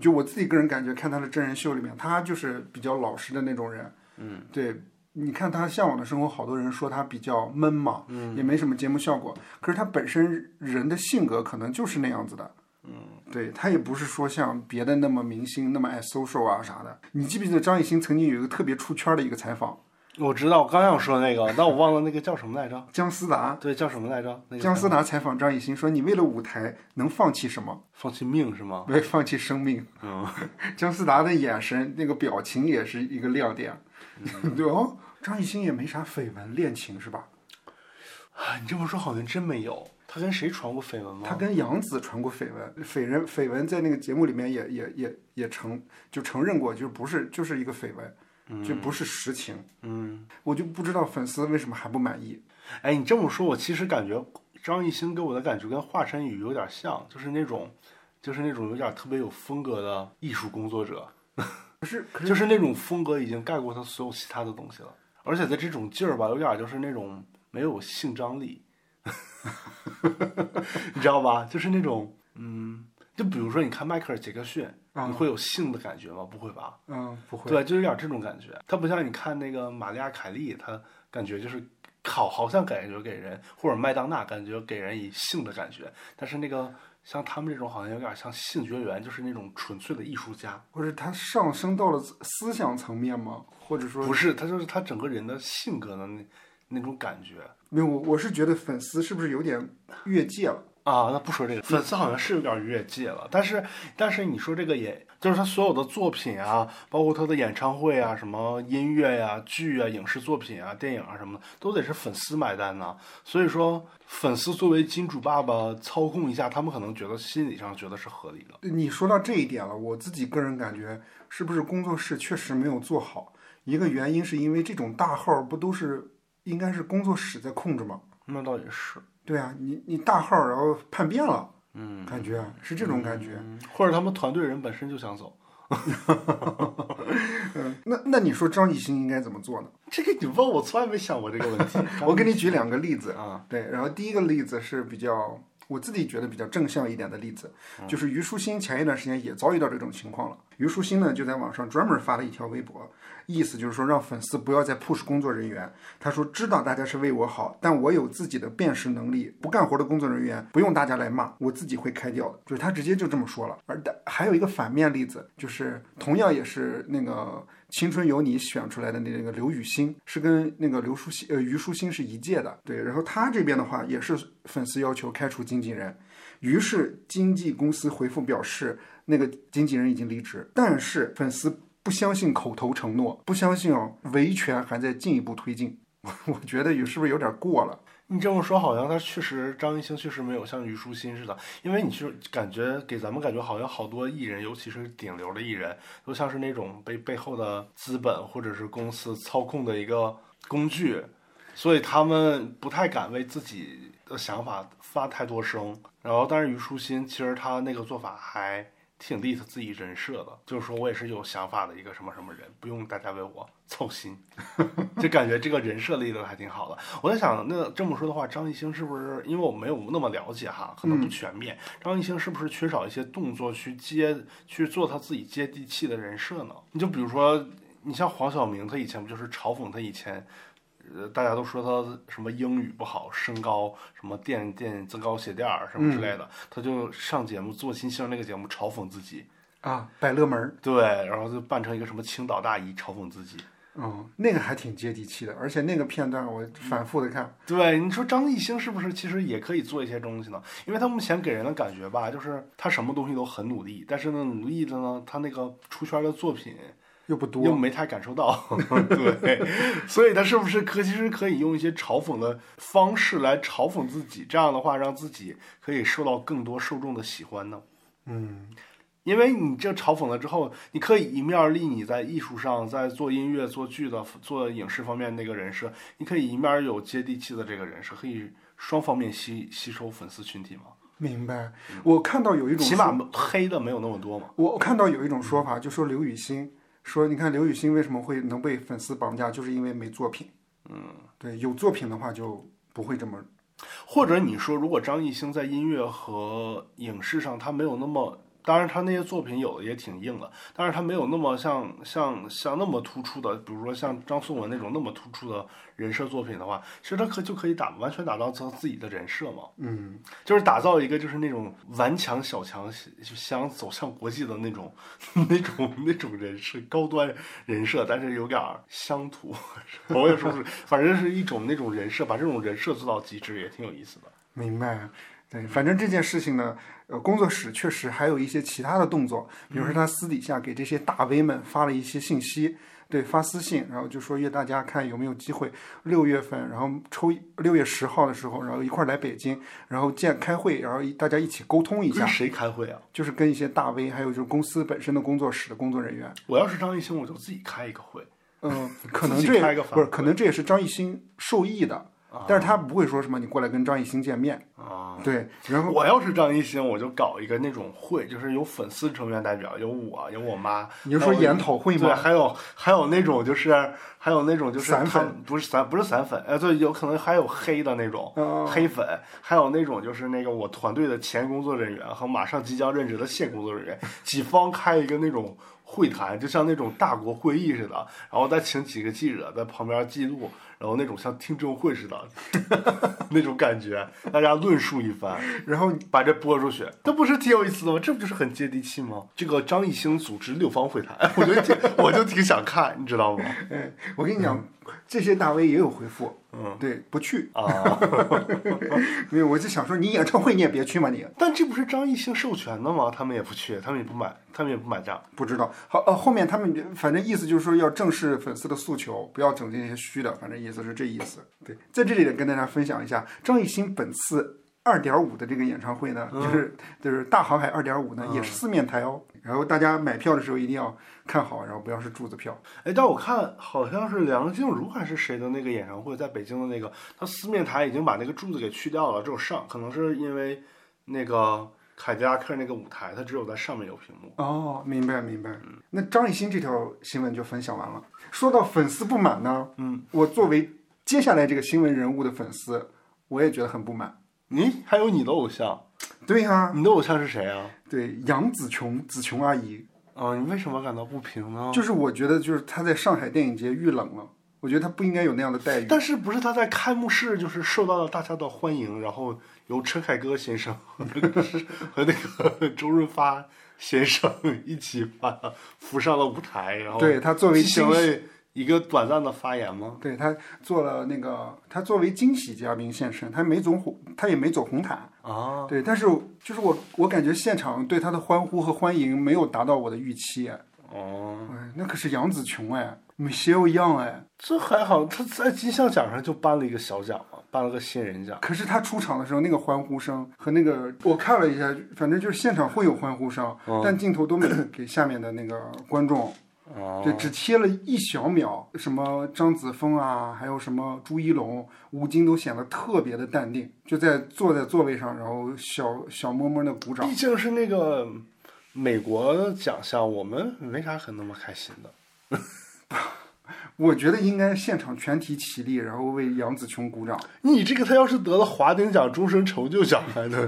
[SPEAKER 1] 就我自己个人感觉，看他的真人秀里面，他就是比较老实的那种人。嗯，对。你看他向往的生活，好多人说他比较闷嘛，嗯、也没什么节目效果。可是他本身人的性格可能就是那样子的，对他也不是说像别的那么明星那么爱 social 啊啥的。你记不记得张艺兴曾经有一个特别出圈的一个采访，
[SPEAKER 2] 我知道，我刚想说那个，但我忘了那个叫什么来着？
[SPEAKER 1] 姜思达，
[SPEAKER 2] 对，叫什么来着？那个
[SPEAKER 1] 姜思达采访张艺兴说：“你为了舞台能放弃什么？
[SPEAKER 2] 放弃命是吗？
[SPEAKER 1] 为放弃生命。” 姜思达的眼神、那个表情也是一个亮点。 对哦，张艺兴也没啥绯闻恋情是吧？
[SPEAKER 2] 啊，你这么说好像真没有。他跟谁传过绯闻吗？
[SPEAKER 1] 他跟杨紫传过绯闻，绯闻绯闻在那个节目里面也也也也承就承认过，就不是就是一个绯闻，就不是实情。嗯，我就不知道粉丝为什么还不满意。
[SPEAKER 2] 哎，你这么说，我其实感觉张艺兴给我的感觉跟华晨宇有点像，就是那种，就是那种有点特别有风格的艺术工作者，
[SPEAKER 1] 可是可是
[SPEAKER 2] 就是那种风格已经盖过他所有其他的东西了，而且他这种劲儿吧，有点就是那种没有性张力， 你知道吧？就是那种，嗯，就比如说你看迈克尔·杰克逊，
[SPEAKER 1] 啊
[SPEAKER 2] 你会有性的感觉吗？不会吧？
[SPEAKER 1] 嗯不会，
[SPEAKER 2] 对，就有点这种感觉。它不像你看那个玛利亚·凯莉，她感觉就是好，好像感觉给人，或者麦当娜感觉给人以性的感觉。但是那个像他们这种，好像有点像性绝缘，就是那种纯粹的艺术家。
[SPEAKER 1] 或者他上升到了思想层面吗？或者说
[SPEAKER 2] 不是，他就是他整个人的性格的那那种感觉
[SPEAKER 1] 没有？我我是觉得粉丝是不是有点越界了？
[SPEAKER 2] 啊。那不说这个，粉丝好像是有点越界了。但是但是你说这个也。就是他所有的作品啊，包括他的演唱会啊、什么音乐呀、剧啊、影视作品啊、电影啊什么的，都得是粉丝买单呐、所以说，粉丝作为金主爸爸操控一下，他们可能觉得心理上觉得是合理的。
[SPEAKER 1] 你说到这一点了，我自己个人感觉，是不是工作室确实没有做好？一个原因是因为这种大号不都是应该是工作室在控制吗？
[SPEAKER 2] 那倒也是，
[SPEAKER 1] 对啊，你你大号然后叛变了，嗯，感觉是这种感觉。
[SPEAKER 2] 或者他们团队人本身就想走。
[SPEAKER 1] 嗯，那那你说张艺兴应该怎么做呢？
[SPEAKER 2] 这个你问我，从来没想过这个问题。
[SPEAKER 1] 我给你举两个例子
[SPEAKER 2] 啊，
[SPEAKER 1] 对，然后第一个例子是比较我自己觉得比较正向一点的例子，就是虞书欣前一段时间也遭遇到这种情况了。虞书欣呢就在网上专门发了一条微博，意思就是说让粉丝不要再 push 工作人员。他说知道大家是为我好，但我有自己的辨识能力，不干活的工作人员不用大家来骂，我自己会开掉的。就是他直接就这么说了。而但还有一个反面例子，就是同样也是那个《青春有你》选出来的那个刘雨欣，是跟那个刘舒欣呃虞书欣是一届的，对。然后他这边的话也是粉丝要求开除经纪人，于是经纪公司回复表示，那个经纪人已经离职，但是粉丝不相信口头承诺，不相信哦维权还在进一步推进。 我觉得有是不是有点过了？
[SPEAKER 2] 你这么说，好像他确实张艺兴确实没有像虞书欣似的，因为你就感觉给咱们感觉好像好多艺人，尤其是顶流的艺人，都像是那种被背后的资本或者是公司操控的一个工具，所以他们不太敢为自己的想法发太多声。然后，但是虞书欣其实她那个做法还挺立她自己人设的，就是说我也是有想法的一个什么什么人，不用大家为我操心。 就感觉这个人设立的还挺好的。我在想，那这么说的话，张艺兴是不是因为我没有那么了解哈，可能不全面，张艺兴是不是缺少一些动作去接去做他自己接地气的人设呢？你就比如说，你像黄晓明，他以前不就是嘲讽他以前。呃，大家都说他什么英语不好，身高什么垫垫增高鞋垫儿什么之类的，他就上节目做新星那个节目嘲讽自己，
[SPEAKER 1] 啊，百乐门儿，
[SPEAKER 2] 对，然后就扮成一个什么青岛大姨嘲讽自己，
[SPEAKER 1] 嗯，那个还挺接地气的，而且那个片段我反复的看，
[SPEAKER 2] 对，你说张艺兴是不是其实也可以做一些东西呢？因为他目前给人的感觉吧，就是他什么东西都很努力，但是呢，努力的呢，他那个出圈的作品
[SPEAKER 1] 又不多，
[SPEAKER 2] 又没太感受到。对，所以他是不是可其实可以用一些嘲讽的方式来嘲讽自己？这样的话，让自己可以受到更多受众的喜欢呢？
[SPEAKER 1] 嗯，
[SPEAKER 2] 因为你这嘲讽了之后，你可以一面立你在艺术上、在做音乐、做剧的、做影视方面那个人设，你可以一面有接地气的这个人设，可以双方面吸吸收粉丝群体嘛。
[SPEAKER 1] 明白。我看到有一种
[SPEAKER 2] 起码黑的没有那么多嘛。
[SPEAKER 1] 我看到有一种说法，就说刘雨欣说，你看刘雨欣为什么会能被粉丝绑架，就是因为没作品。嗯，对，有作品的话就不会这么。
[SPEAKER 2] 或者你说，如果张艺兴在音乐和影视上他没有那么当然，他那些作品有的也挺硬的，但是他没有那么像像像那么突出的，比如说像张颂文那种那么突出的人设作品的话，其实他可就可以打完全打造他自己的人设嘛，
[SPEAKER 1] 嗯，
[SPEAKER 2] 就是打造一个就是那种顽强小强就想走向国际的那种 那种那种人设，高端人设，但是有点儿乡土， 我也说不是，反正是一种那种人设，把这种人设做到极致也挺有意思的。
[SPEAKER 1] 明白。啊对，反正这件事情呢，呃，工作室确实还有一些其他的动作，比
[SPEAKER 2] 嗯
[SPEAKER 1] 如说他私底下给这些大 V 们发了一些信息，对，发私信，然后就说约大家看有没有机会，六月份，然后抽六月十号的时候，然后一块儿来北京，然后见开会，然后一大家一起沟通一下
[SPEAKER 2] 跟，谁开会啊？
[SPEAKER 1] 就是跟一些大 V，还有就是公司本身的工作室的工作人员。
[SPEAKER 2] 我要是张艺兴，我就自己开一个会。
[SPEAKER 1] 嗯，可能
[SPEAKER 2] 自己
[SPEAKER 1] 这
[SPEAKER 2] 开个反
[SPEAKER 1] 不是，
[SPEAKER 2] 馈
[SPEAKER 1] 可能这也是张艺兴受益的，但是他不会说什么你过来跟张艺兴见面，
[SPEAKER 2] 啊，
[SPEAKER 1] 对，然后
[SPEAKER 2] 我要是张艺兴，我就搞一个那种会，就是有粉丝成员代表，有我，有我妈。
[SPEAKER 1] 你就说
[SPEAKER 2] 还有
[SPEAKER 1] 研讨会
[SPEAKER 2] 对，
[SPEAKER 1] 吗？
[SPEAKER 2] 还有还有那种就是还有那种就是
[SPEAKER 1] 散
[SPEAKER 2] 他
[SPEAKER 1] 粉
[SPEAKER 2] 们，不是散不是散粉，哎，对，有可能还有黑的那种、
[SPEAKER 1] 嗯
[SPEAKER 2] 黑粉，还有那种就是那个我团队的前工作人员和马上即将任职的现工作 人员，几方开一个那种会谈，就像那种大国会议似的，然后再请几个记者在旁边记录，然后那种像听证会似的 那种感觉，大家论述一番。
[SPEAKER 1] 然后
[SPEAKER 2] 把这播出去，这不是挺有意思的吗？这不就是很接地气吗？这个张艺兴组织六方会谈，我觉得挺，我就挺想看，你知道吗？
[SPEAKER 1] 哎，我跟你讲，这些大 V 也有回复，
[SPEAKER 2] 嗯
[SPEAKER 1] 对，不去，
[SPEAKER 2] 啊，
[SPEAKER 1] 没有，我就想说你演唱会你也别去嘛，你
[SPEAKER 2] 但这不是张艺兴授权的吗？他们也不去，他们也不买，他们也不买账。
[SPEAKER 1] 不知道。好，呃，后面他们反正意思就是说要正视粉丝的诉求，不要整这些虚的，反正意思是这意思。对，在这里跟大家分享一下，张艺兴本次。二点五的这个演唱会呢，就是就是大航海二点五呢，也是四面台哦。然后大家买票的时候一定要看好，然后不要是柱子票。
[SPEAKER 2] 哎，但我看好像是梁静茹还是谁的那个演唱会，在北京的那个，他四面台已经把那个柱子给去掉了，只有上，可能是因为那个凯迪拉克那个舞台，它只有在上面有屏幕。
[SPEAKER 1] 哦，明白明白。那张艺兴这条新闻就分享完了。说到粉丝不满呢，
[SPEAKER 2] 嗯，
[SPEAKER 1] 我作为接下来这个新闻人物的粉丝，我也觉得很不满。
[SPEAKER 2] 你还有你的偶像，
[SPEAKER 1] 对呀、
[SPEAKER 2] 你的偶像是谁啊？
[SPEAKER 1] 对杨紫琼，紫琼阿姨，
[SPEAKER 2] 啊，你为什么感到不平呢？
[SPEAKER 1] 就是我觉得就是她在上海电影节遇冷了，我觉得她不应该有那样的待遇。
[SPEAKER 2] 但是不是他在开幕式就是受到了大家的欢迎，然后由陈凯歌先生和那个 和那个周润发先生一起把扶上了舞台，然后
[SPEAKER 1] 对她作为
[SPEAKER 2] 进行
[SPEAKER 1] 惊喜，
[SPEAKER 2] 了一个短暂的发言吗？
[SPEAKER 1] 对她做了那个，她作为惊喜嘉宾现身，她没走红，她也没走红毯。
[SPEAKER 2] 啊，
[SPEAKER 1] 对，但是就是我，我感觉现场对她的欢呼和欢迎没有达到我的预期。啊
[SPEAKER 2] 哦，
[SPEAKER 1] 哎，那可是杨紫琼哎，没写有样哎。
[SPEAKER 2] 这还好，他在金像奖上就颁了一个小奖嘛，颁了个新人奖。
[SPEAKER 1] 可是她出场的时候，那个欢呼声和那个，我看了一下，反正就是现场会有欢呼声，
[SPEAKER 2] 嗯
[SPEAKER 1] 但镜头都没有给下面的那个观众，
[SPEAKER 2] 哦
[SPEAKER 1] 对，只切了一小秒。什么张子枫啊，还有什么朱一龙、吴京都显得特别的淡定，就在坐在座位上，然后小小摸摸的鼓掌
[SPEAKER 2] 毕。竟是那个美国奖项，我们没啥可那么开心的。
[SPEAKER 1] 我觉得应该现场全体起立，然后为杨紫琼鼓掌，
[SPEAKER 2] 你这个他要是得了华鼎奖、终身成就奖，还能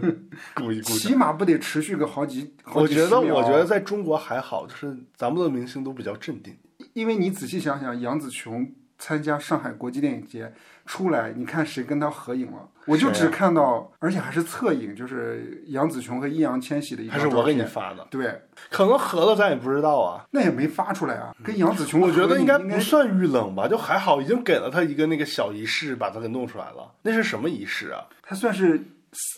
[SPEAKER 2] 鼓一鼓掌。
[SPEAKER 1] 起码不得持续个好几好
[SPEAKER 2] 我
[SPEAKER 1] 几
[SPEAKER 2] 觉
[SPEAKER 1] 十
[SPEAKER 2] 得，
[SPEAKER 1] 秒。啊
[SPEAKER 2] 我觉得在中国还好，就是咱们的明星都比较镇定。
[SPEAKER 1] 因为你仔细想想，杨紫琼参加上海国际电影节出来，你看谁跟她合影了？我就
[SPEAKER 2] 谁
[SPEAKER 1] 只
[SPEAKER 2] 啊
[SPEAKER 1] 看到，而且还是侧影，就是杨紫琼和易烊千玺的一
[SPEAKER 2] 还
[SPEAKER 1] 张
[SPEAKER 2] 是我
[SPEAKER 1] 照
[SPEAKER 2] 给你
[SPEAKER 1] 片。
[SPEAKER 2] 发的，
[SPEAKER 1] 对，
[SPEAKER 2] 可能合了咱也不知道啊。
[SPEAKER 1] 那也没发出来啊，跟杨紫琼合
[SPEAKER 2] 嗯我
[SPEAKER 1] 影，
[SPEAKER 2] 觉得应该
[SPEAKER 1] 应
[SPEAKER 2] 不算遇冷吧，就还好，已经给了他一个那个小仪式，把他给弄出来了。那是什么仪式啊？
[SPEAKER 1] 它算是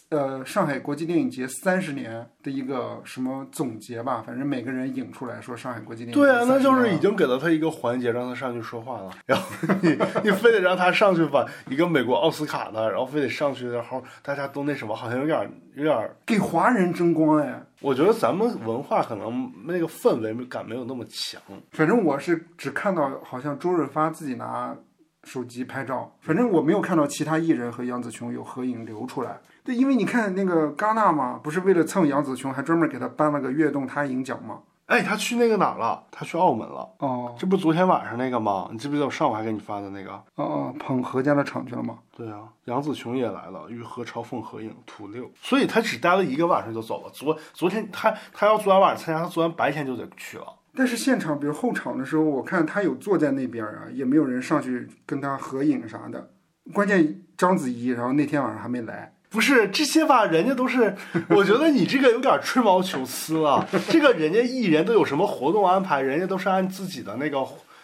[SPEAKER 1] 呃上海国际电影节三十年的一个什么总结吧，反正每个人引出来说上海国际电影节
[SPEAKER 2] 对啊，那
[SPEAKER 1] 30
[SPEAKER 2] 就是
[SPEAKER 1] 年
[SPEAKER 2] 已
[SPEAKER 1] 了
[SPEAKER 2] 经给了他一个环节，让他上去说话了。然后你 你非得让他上去把一个美国奥斯卡的，然后非得上去，然后大家都那什么，好像有点有点
[SPEAKER 1] 给华人争光哎。
[SPEAKER 2] 我觉得咱们文化可能那个氛围感没有那么强，
[SPEAKER 1] 反正我是只看到好像周润发自己拿手机拍照，反正我没有看到其他艺人和杨紫琼有合影流出来。对，因为你看那个戛纳嘛，不是为了蹭杨紫琼，还专门给她颁了个“跃动她赢”奖嘛。
[SPEAKER 2] 哎，他去那个哪儿了？他去澳门了。
[SPEAKER 1] 哦
[SPEAKER 2] 这不昨天晚上那个吗？你记不记得我上午还给你发的那个？
[SPEAKER 1] 哦哦，捧何家的场去了吗？
[SPEAKER 2] 对啊，杨紫琼也来了，与何朝凤合影图六。所以他只待了一个晚上就走了。昨昨天他他要昨天晚上参加，他昨天白天就得去了。
[SPEAKER 1] 但是现场，比如后场的时候，我看他有坐在那边啊，也没有人上去跟他合影啥的。关键章子怡，然后那天晚上还没来。
[SPEAKER 2] 不是这些吧？人家都是，我觉得你这个有点吹毛求疵了。这个人家艺人都有什么活动安排，人家都是按自己的那个，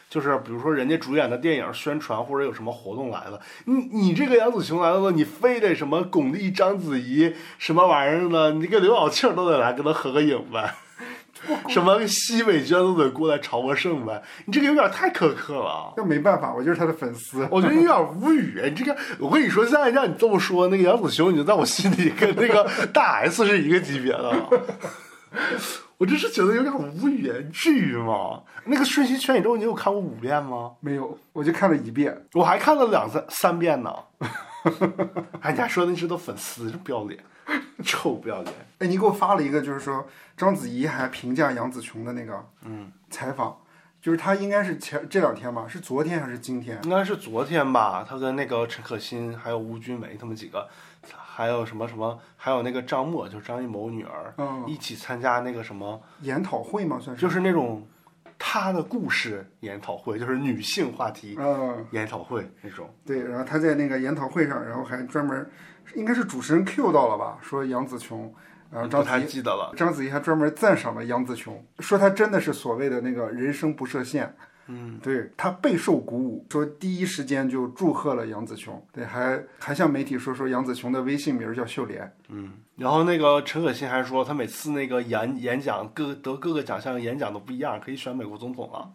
[SPEAKER 2] 就是比如说人家主演的电影宣传或者有什么活动来的。你你这个杨紫琼来了，你非得什么巩俐、章子怡什么玩意儿的，你跟刘晓庆都得来跟他合个影呗。 什么奚美娟都得过来朝个圣呗，你这个有点太苛刻了啊。
[SPEAKER 1] 那没办法，我就是他的粉丝。
[SPEAKER 2] 我觉得有点无语。哎你这个，我跟你说，现在让你这么说，那个杨子雄已经在我心里跟那个大 S 是一个级别的了。我真是觉得有点无语，哎至于吗？那个《瞬息全宇宙》，你有看过五遍吗？
[SPEAKER 1] 没有，我就看了一遍。
[SPEAKER 2] 我还看了两三三遍呢。 哎，你还说那是都粉丝，真不要脸，臭不要脸！
[SPEAKER 1] 哎，你给我发了一个，就是说章子怡还评价杨紫琼的那个嗯采访，就是她应该是前这两天吧，是昨天还是今天？
[SPEAKER 2] 应该是昨天吧，他跟那个陈可辛，还有吴君梅他们几个，还有什么什么，还有那个张默，就是张艺谋女儿，
[SPEAKER 1] 嗯，
[SPEAKER 2] 一起参加那个什么。
[SPEAKER 1] 研讨会嘛，算是。
[SPEAKER 2] 就是那种她的故事研讨会，就是女性话题
[SPEAKER 1] 嗯，
[SPEAKER 2] 研讨会那种。
[SPEAKER 1] 对，然后他在那个研讨会上，然后还专门，应该是主持人 Q 到了吧，说杨紫琼，然后
[SPEAKER 2] 不
[SPEAKER 1] 章
[SPEAKER 2] 太
[SPEAKER 1] 子怡
[SPEAKER 2] 记得了。
[SPEAKER 1] 章子怡还专门赞赏了杨紫琼，说她真的是所谓的那个人生不设限。嗯，对她备受鼓舞，说第一时间就祝贺了杨紫琼，对，还还向媒体说说杨紫琼的微信名叫秀莲。
[SPEAKER 2] 然后那个陈可辛还说，他每次那个演演讲各得各个奖项演讲都不一样，可以选美国总统了，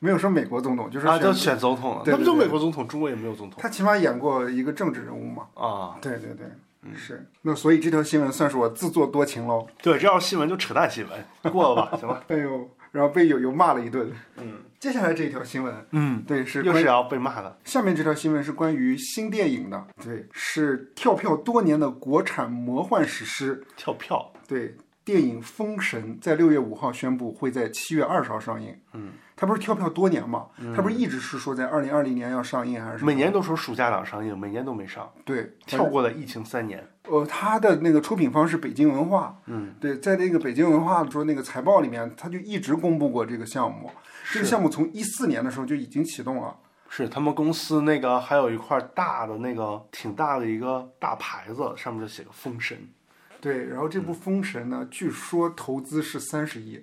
[SPEAKER 1] 没有说美国总统，就是
[SPEAKER 2] 啊，
[SPEAKER 1] 选
[SPEAKER 2] 就选总统了。
[SPEAKER 1] 对
[SPEAKER 2] 那
[SPEAKER 1] 对
[SPEAKER 2] 不就美国总统，中国也没有总统
[SPEAKER 1] 她起码演过一个政治人物嘛。
[SPEAKER 2] 啊。
[SPEAKER 1] 对对对，是。那所以这条新闻算是我自作多情喽。
[SPEAKER 2] 对，这条新闻就扯淡新闻，过 了吧，行吧。
[SPEAKER 1] 哎呦，然后被友友骂了一顿。嗯，接下来这一条新闻，
[SPEAKER 2] 嗯，
[SPEAKER 1] 对，是
[SPEAKER 2] 又
[SPEAKER 1] 关
[SPEAKER 2] 是要被骂的。
[SPEAKER 1] 下面这条新闻是关于新电影的，对，是跳票多年的国产魔幻史诗，
[SPEAKER 2] 跳票，
[SPEAKER 1] 对，电影《封神》在六月五号宣布会在七月二十号上映。嗯，它不是跳票多年嘛？它不是一直是说在二零二零年要上映还是什么？
[SPEAKER 2] 嗯每年都说暑假档上映，每年都没上，
[SPEAKER 1] 对，
[SPEAKER 2] 跳过了疫情三年。
[SPEAKER 1] 呃，它的那个出品方是北京文化，嗯，对，在那个北京文化说那个财报里面，它就一直公布过这个项目，这个项目从一四年的时候就已经启动了，
[SPEAKER 2] 是他们公司那个还有一块大的那个挺大的一个大牌子，上面就写个“封神
[SPEAKER 1] 对，然后这部《封神》呢，据说投资是三十亿，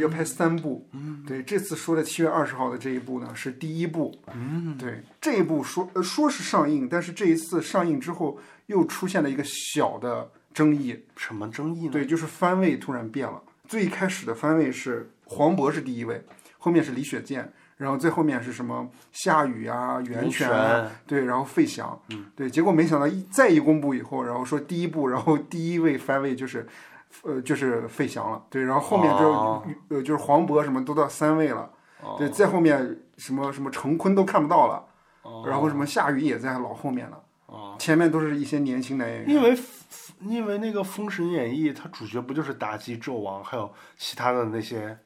[SPEAKER 1] 要拍三部。嗯，对，这次说的七月二十号的这一部呢是第一部。嗯，对，这一部说呃说是上映，但是这一次上映之后又出现了一个小的争议，”，
[SPEAKER 2] 什么争议呢？
[SPEAKER 1] 对，就是番位突然变了。最一开始的番位是黄渤是第一位，后面是李雪健，然后最后面是什么夏雨啊、袁
[SPEAKER 2] 袁
[SPEAKER 1] 泉啊，对，然后费翔，
[SPEAKER 2] 嗯
[SPEAKER 1] 对，结果没想到一再一公布以后，然后说第一部，然后第一位番位就是，呃，就是费翔了，对，然后后面就、
[SPEAKER 2] 哦
[SPEAKER 1] 呃就是黄渤什么都到三位了，对，再后面什么什么成昆都看不到了，
[SPEAKER 2] 哦
[SPEAKER 1] 然后什么夏雨也在老后面了，
[SPEAKER 2] 哦
[SPEAKER 1] 前面都是一些年轻男演员，
[SPEAKER 2] 因为因为那个《封神演义》，它主角不就是妲己、纣王还有其他的那些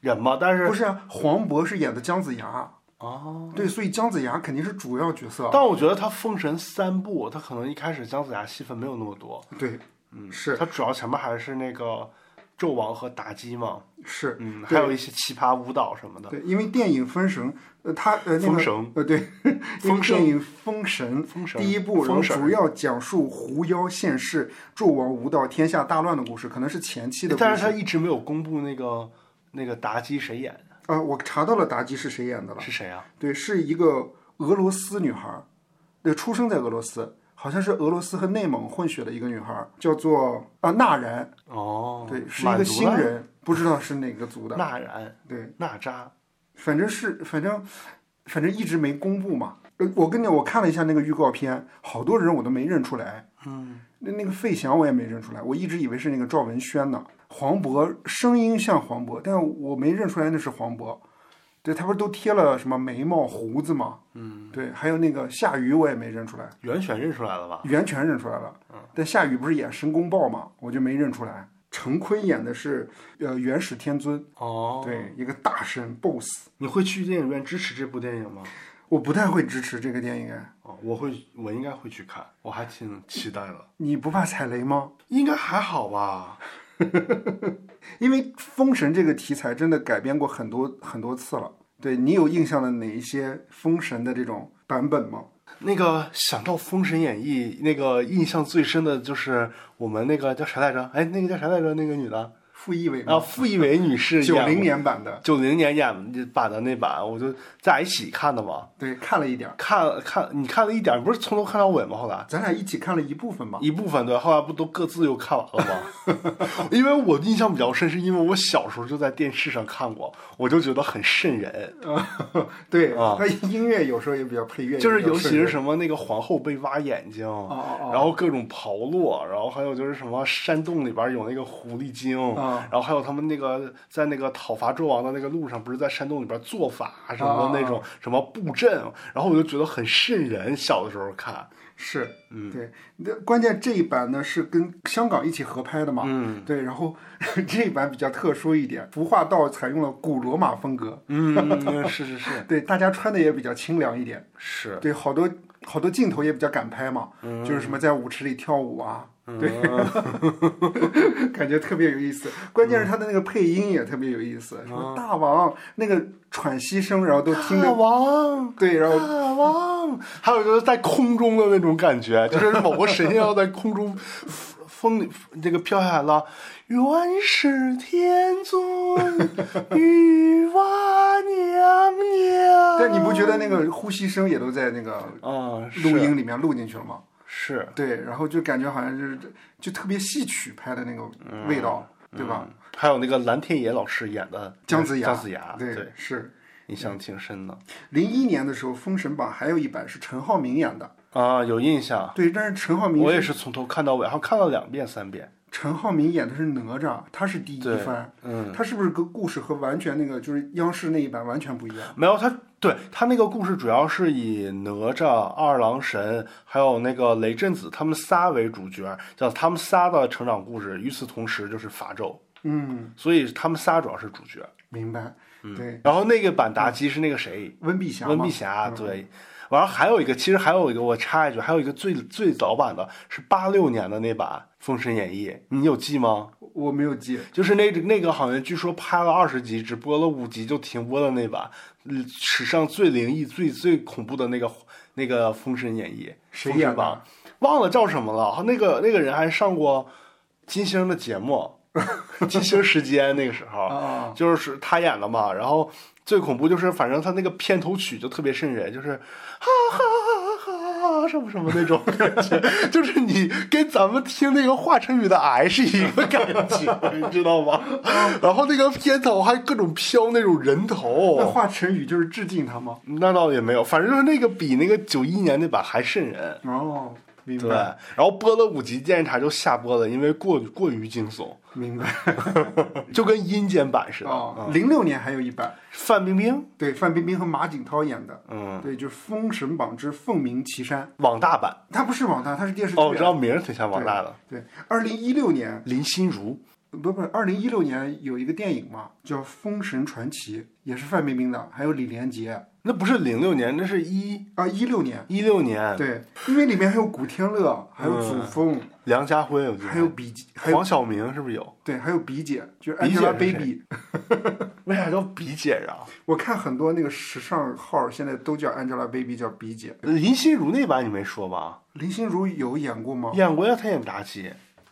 [SPEAKER 2] 人吗？但是
[SPEAKER 1] 不是啊，黄渤是演的姜子牙，
[SPEAKER 2] 哦，
[SPEAKER 1] 对，所以姜子牙肯定是主要角色，
[SPEAKER 2] 但我觉得他《封神》三部，他可能一开始姜子牙戏份没有那么多，
[SPEAKER 1] 对，嗯，是
[SPEAKER 2] 他主要前面还是那个纣王和妲己嘛，
[SPEAKER 1] 是，
[SPEAKER 2] 嗯，
[SPEAKER 1] 对
[SPEAKER 2] 还有一些奇葩舞蹈什么的。
[SPEAKER 1] 对，因为电影《封神》，呃，他呃那
[SPEAKER 2] 封
[SPEAKER 1] 个
[SPEAKER 2] 神
[SPEAKER 1] 呃对，
[SPEAKER 2] 封神
[SPEAKER 1] 电影《封神》
[SPEAKER 2] 封神
[SPEAKER 1] 第一部，然后
[SPEAKER 2] 封神
[SPEAKER 1] 主要讲述狐妖现世、纣王无道、天下大乱的故事，可能是前期的故事。
[SPEAKER 2] 但是他一直没有公布那个那个妲己谁演
[SPEAKER 1] 啊、我查到了妲己是谁演的了，
[SPEAKER 2] 是谁啊？
[SPEAKER 1] 对，是一个俄罗斯女孩儿，对，出生在俄罗斯，好像是俄罗斯和内蒙混血的一个女孩儿，叫做啊纳然，
[SPEAKER 2] 哦，
[SPEAKER 1] 对，是一
[SPEAKER 2] 满
[SPEAKER 1] 个
[SPEAKER 2] 族
[SPEAKER 1] 新
[SPEAKER 2] 的
[SPEAKER 1] 人，不知道是哪个族的，
[SPEAKER 2] 纳然
[SPEAKER 1] 对。
[SPEAKER 2] 纳扎，
[SPEAKER 1] 反正是反正反正一直没公布嘛。呃我跟你我看了一下那个预告片，好多人我都没认出来。嗯，那那个费翔我也没认出来，我一直以为是那个赵文轩呢。黄渤声音像黄渤，但我没认出来那是黄渤。对他不是都贴了什么眉毛、胡子吗？嗯，对，还有那个夏雨我也没认出来，
[SPEAKER 2] 袁泉认出来了吧？
[SPEAKER 1] 袁泉认出来了，但夏雨不是演申公豹嘛，我就没认出来。陈坤演的是呃元始天尊，
[SPEAKER 2] 哦，
[SPEAKER 1] 对，一个大神 BOSS。
[SPEAKER 2] 你会去电影院支持这部电影吗？
[SPEAKER 1] 我不太会支持这个电影，哎，
[SPEAKER 2] 哦，我会，我应该会去看，我还挺期待的。
[SPEAKER 1] 你不怕踩雷吗？
[SPEAKER 2] 应该还好吧？
[SPEAKER 1] 因为《封神》这个题材真的改编过很多很多次了。对你有印象的哪一些《封神》的这种版本吗？
[SPEAKER 2] 那个想到《封神演义》，那个印象最深的就是我们那个叫啥来着？哎，那个叫啥来着？那个女的
[SPEAKER 1] 傅艺伟
[SPEAKER 2] 啊，
[SPEAKER 1] 吗？
[SPEAKER 2] 傅艺伟女士演
[SPEAKER 1] 九零年版的，
[SPEAKER 2] 九零年演版的那版，我就在一起看的嘛。
[SPEAKER 1] 对，看了一点儿，
[SPEAKER 2] 看看你看了一点儿，你不是从头看到尾吗？后来
[SPEAKER 1] 咱俩一起看了一部分吧。
[SPEAKER 2] 一部分对，后来不都各自又看完了吗？ 因为我印象比较深，是因为我小时候就在电视上看过，我就觉得很瘆人。
[SPEAKER 1] 对，
[SPEAKER 2] 啊
[SPEAKER 1] 它 音乐有时候也比较配乐，
[SPEAKER 2] 就是
[SPEAKER 1] 也比较
[SPEAKER 2] 尤其
[SPEAKER 1] 顺
[SPEAKER 2] 是
[SPEAKER 1] 耳
[SPEAKER 2] 什么那个皇后被挖眼睛，
[SPEAKER 1] 哦哦
[SPEAKER 2] 然后各种刨落，然后还有就是什么山洞里边有那个狐狸精，
[SPEAKER 1] 啊
[SPEAKER 2] 然后还有他们那个在那个讨伐纣王的那个路上，不是在山洞里边做法啊什么的那种、什么布阵，然后我就觉得很瘆人。小的时候看，
[SPEAKER 1] 是，嗯，对，那关键这一版呢是跟香港一起合拍的嘛，嗯，对，然后 这一版比较特殊一点，服化道采用了古罗马风格，
[SPEAKER 2] 嗯，是是是
[SPEAKER 1] 对，大家穿的也比较清凉一点，
[SPEAKER 2] 是，
[SPEAKER 1] 对，好多好多镜头也比较敢拍嘛，就是什么在舞池里跳舞啊， 对，感觉特别有意思。关键是他的那个配音也特别有意思，什么大王那个喘息声，然后都听
[SPEAKER 2] 大
[SPEAKER 1] 着，
[SPEAKER 2] 王。
[SPEAKER 1] 对，然后
[SPEAKER 2] 大王，还有就是在空中的那种 感觉，就是某个神仙要在空中风里这个飘下来了。元始天尊，女娲娘娘。
[SPEAKER 1] 但你不觉得那个呼吸声也都在那个
[SPEAKER 2] 啊？是
[SPEAKER 1] 录音里面录进去了吗？
[SPEAKER 2] 是，
[SPEAKER 1] 对，然后就感觉好像就是就特别戏曲拍的那个
[SPEAKER 2] 嗯
[SPEAKER 1] 味道，对吧？
[SPEAKER 2] 还有那个蓝天野老师演的
[SPEAKER 1] 姜子牙，
[SPEAKER 2] 嗯姜子牙，
[SPEAKER 1] 对，
[SPEAKER 2] 对，
[SPEAKER 1] 是
[SPEAKER 2] 印象挺深的
[SPEAKER 1] 零一年的时候，《封神榜》还有一版是陈浩民演的，
[SPEAKER 2] 啊，有印象。
[SPEAKER 1] 对，但是陈浩民
[SPEAKER 2] 我也是从头看到尾，然后看了两遍、三遍。
[SPEAKER 1] 陈浩民演的是哪吒，他是第一
[SPEAKER 2] 对
[SPEAKER 1] 番，
[SPEAKER 2] 嗯，
[SPEAKER 1] 他是不是跟故事和完全那个就是央视那一版完全不一样？
[SPEAKER 2] 没有，他对他那个故事主要是以哪吒、二郎神还有那个雷震子他们仨为主角，叫他们仨的成长故事。与此同时就是伐纣，
[SPEAKER 1] 嗯，
[SPEAKER 2] 所以他们仨主要是主角。
[SPEAKER 1] 明白，对，
[SPEAKER 2] 然后那个版达基是那个谁，
[SPEAKER 1] 温碧霞嘛，
[SPEAKER 2] 嗯温碧霞，对。完了还有一个，其实还有一个，我插一句，还有一个最最早版的是八六年的那版《封神演义》，你有记吗？
[SPEAKER 1] 我没有记，
[SPEAKER 2] 就是那那个好像据说拍了二十集，只播了五集就停播的那版，嗯史上最灵异、最最恐怖的那个那个《封神演义》，
[SPEAKER 1] 谁
[SPEAKER 2] 封神
[SPEAKER 1] 演的
[SPEAKER 2] 榜？忘了叫什么了。那个那个人还上过金星的节 目，金星时间那个时候，
[SPEAKER 1] 啊
[SPEAKER 2] 就是他演的嘛。然后最恐怖就是，反正他那个片头曲就特别瘆人，就是哈哈哈哈什么什么那种感觉，就是你跟咱们听那个华晨宇的《癌》是一个感觉，你知道吗？然后那个片头还各种飘那种人
[SPEAKER 1] 那
[SPEAKER 2] 头，
[SPEAKER 1] 华晨宇就是致敬他吗？
[SPEAKER 2] 那倒也没有，反正就是那个比那个九一年那版还瘆人。
[SPEAKER 1] 哦，明
[SPEAKER 2] 对，
[SPEAKER 1] 白，
[SPEAKER 2] 然后播了五集，电视台就下播了，因为过过于惊悚，
[SPEAKER 1] 明白。
[SPEAKER 2] 就跟阴间版似的。嗯
[SPEAKER 1] 哦，零六年还有一版，
[SPEAKER 2] 范冰冰，
[SPEAKER 1] 对，范冰冰和马景涛演的，
[SPEAKER 2] 嗯，
[SPEAKER 1] 对，就是《封神榜之凤鸣岐山》，
[SPEAKER 2] 网大版，
[SPEAKER 1] 它不是网大，它是电视剧。 啊
[SPEAKER 2] 哦，我知道名儿挺像网大的，
[SPEAKER 1] 对，二零一六年，
[SPEAKER 2] 林心如，
[SPEAKER 1] 不不，二零一六年有一个电影嘛，叫《封神传奇》，也是范冰冰的，还有李连杰
[SPEAKER 2] 那不是零六年，那是一
[SPEAKER 1] 啊，一六年。
[SPEAKER 2] 一六年，
[SPEAKER 1] 对，因为里面还有古天乐，还有
[SPEAKER 2] 嗯
[SPEAKER 1] 祖峰，
[SPEAKER 2] 梁家辉，我记得
[SPEAKER 1] 还有比，还有
[SPEAKER 2] 黄晓明是不是有？
[SPEAKER 1] 对，还有比姐，就是
[SPEAKER 2] 比姐是
[SPEAKER 1] Angelababy。
[SPEAKER 2] 为啥叫比姐啊？
[SPEAKER 1] 我看很多那个时尚号现在都叫 Angelababy，叫比姐。
[SPEAKER 2] 林心如那版你没说吧？
[SPEAKER 1] 林心如有演过吗？
[SPEAKER 2] 演过呀，她演妲己，《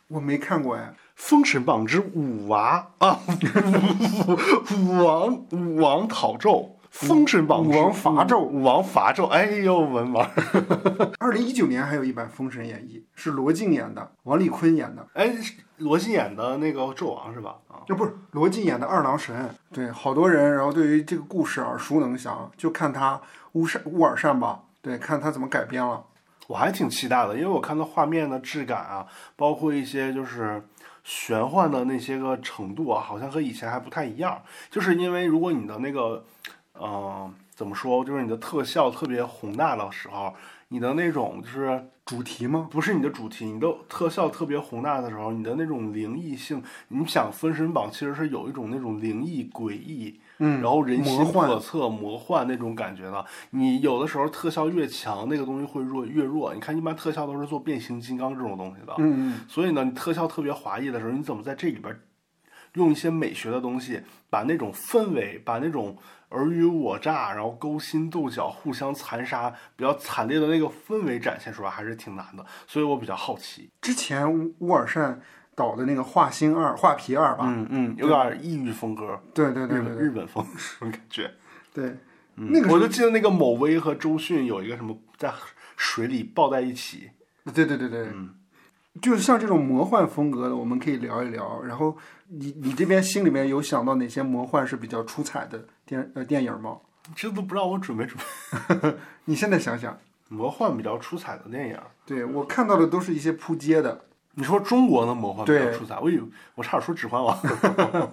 [SPEAKER 1] 我没看过哎。
[SPEAKER 2] 封神榜之武娃》啊， 武武武王武王讨纣，《封神榜之》
[SPEAKER 1] 武王伐纣
[SPEAKER 2] 武王伐纣，哎呦文盲！
[SPEAKER 1] 二零一九年还有一版《封神演义》，是罗晋演的，王丽坤演的，
[SPEAKER 2] 哎，罗晋演的那个纣王是吧？啊，
[SPEAKER 1] 这不是罗晋演的二郎神。对，好多人然后对于这个故事耳熟能详，就看他乌善乌尔善吧，对，看他怎么改编了。
[SPEAKER 2] 我还挺期待的，因为我看到画面的质感啊，包括一些就是玄幻的那些个程度啊，好像和以前还不太一样。就是因为如果呃你的那个，嗯、怎么说，就是你的特效特别宏大的时候，你的那种就是
[SPEAKER 1] 主题吗？
[SPEAKER 2] 不是你的主题，你的特效特别宏大的时候，你的那种灵异性，你想《封神榜》其实是有一种那种灵异诡异，
[SPEAKER 1] 嗯，
[SPEAKER 2] 然后人心
[SPEAKER 1] 魔幻
[SPEAKER 2] 叵测、魔幻那种感觉的。你有的时候特效越强，那个东西会弱越弱。你看，一般特效都是做变形金刚这种东西的，
[SPEAKER 1] 嗯嗯，
[SPEAKER 2] 所以呢，你特效特别华丽的时候，你怎么在这里边用一些美学的东西，把那种氛围，把那种尔虞我诈，然后勾心斗角、互相残杀比较惨烈的那个氛围展现出来，还是挺难的。所以我比较好奇，
[SPEAKER 1] 之前乌乌尔善导的那个《画心二》《画皮二》吧，
[SPEAKER 2] 嗯嗯，有点异域风格，
[SPEAKER 1] 对对
[SPEAKER 2] 日
[SPEAKER 1] 对对
[SPEAKER 2] 本
[SPEAKER 1] 对
[SPEAKER 2] 日本风那种感觉。
[SPEAKER 1] 对，
[SPEAKER 2] 嗯
[SPEAKER 1] 那个
[SPEAKER 2] 我就记得那个某威和周迅有一个什么在水里抱在一起，
[SPEAKER 1] 对对对对，
[SPEAKER 2] 嗯
[SPEAKER 1] 就是像这种魔幻风格的，我们可以聊一聊。然后你你这边心里面有想到哪些魔幻是比较出彩的电呃电影吗？
[SPEAKER 2] 这都不让我准备准备。
[SPEAKER 1] 你现在想想，
[SPEAKER 2] 魔幻比较出彩的电影，
[SPEAKER 1] 对我看到的都是一些扑街的，
[SPEAKER 2] 你说中国的魔幻比较
[SPEAKER 1] 对
[SPEAKER 2] 出彩，我以为我差点说《指环王》。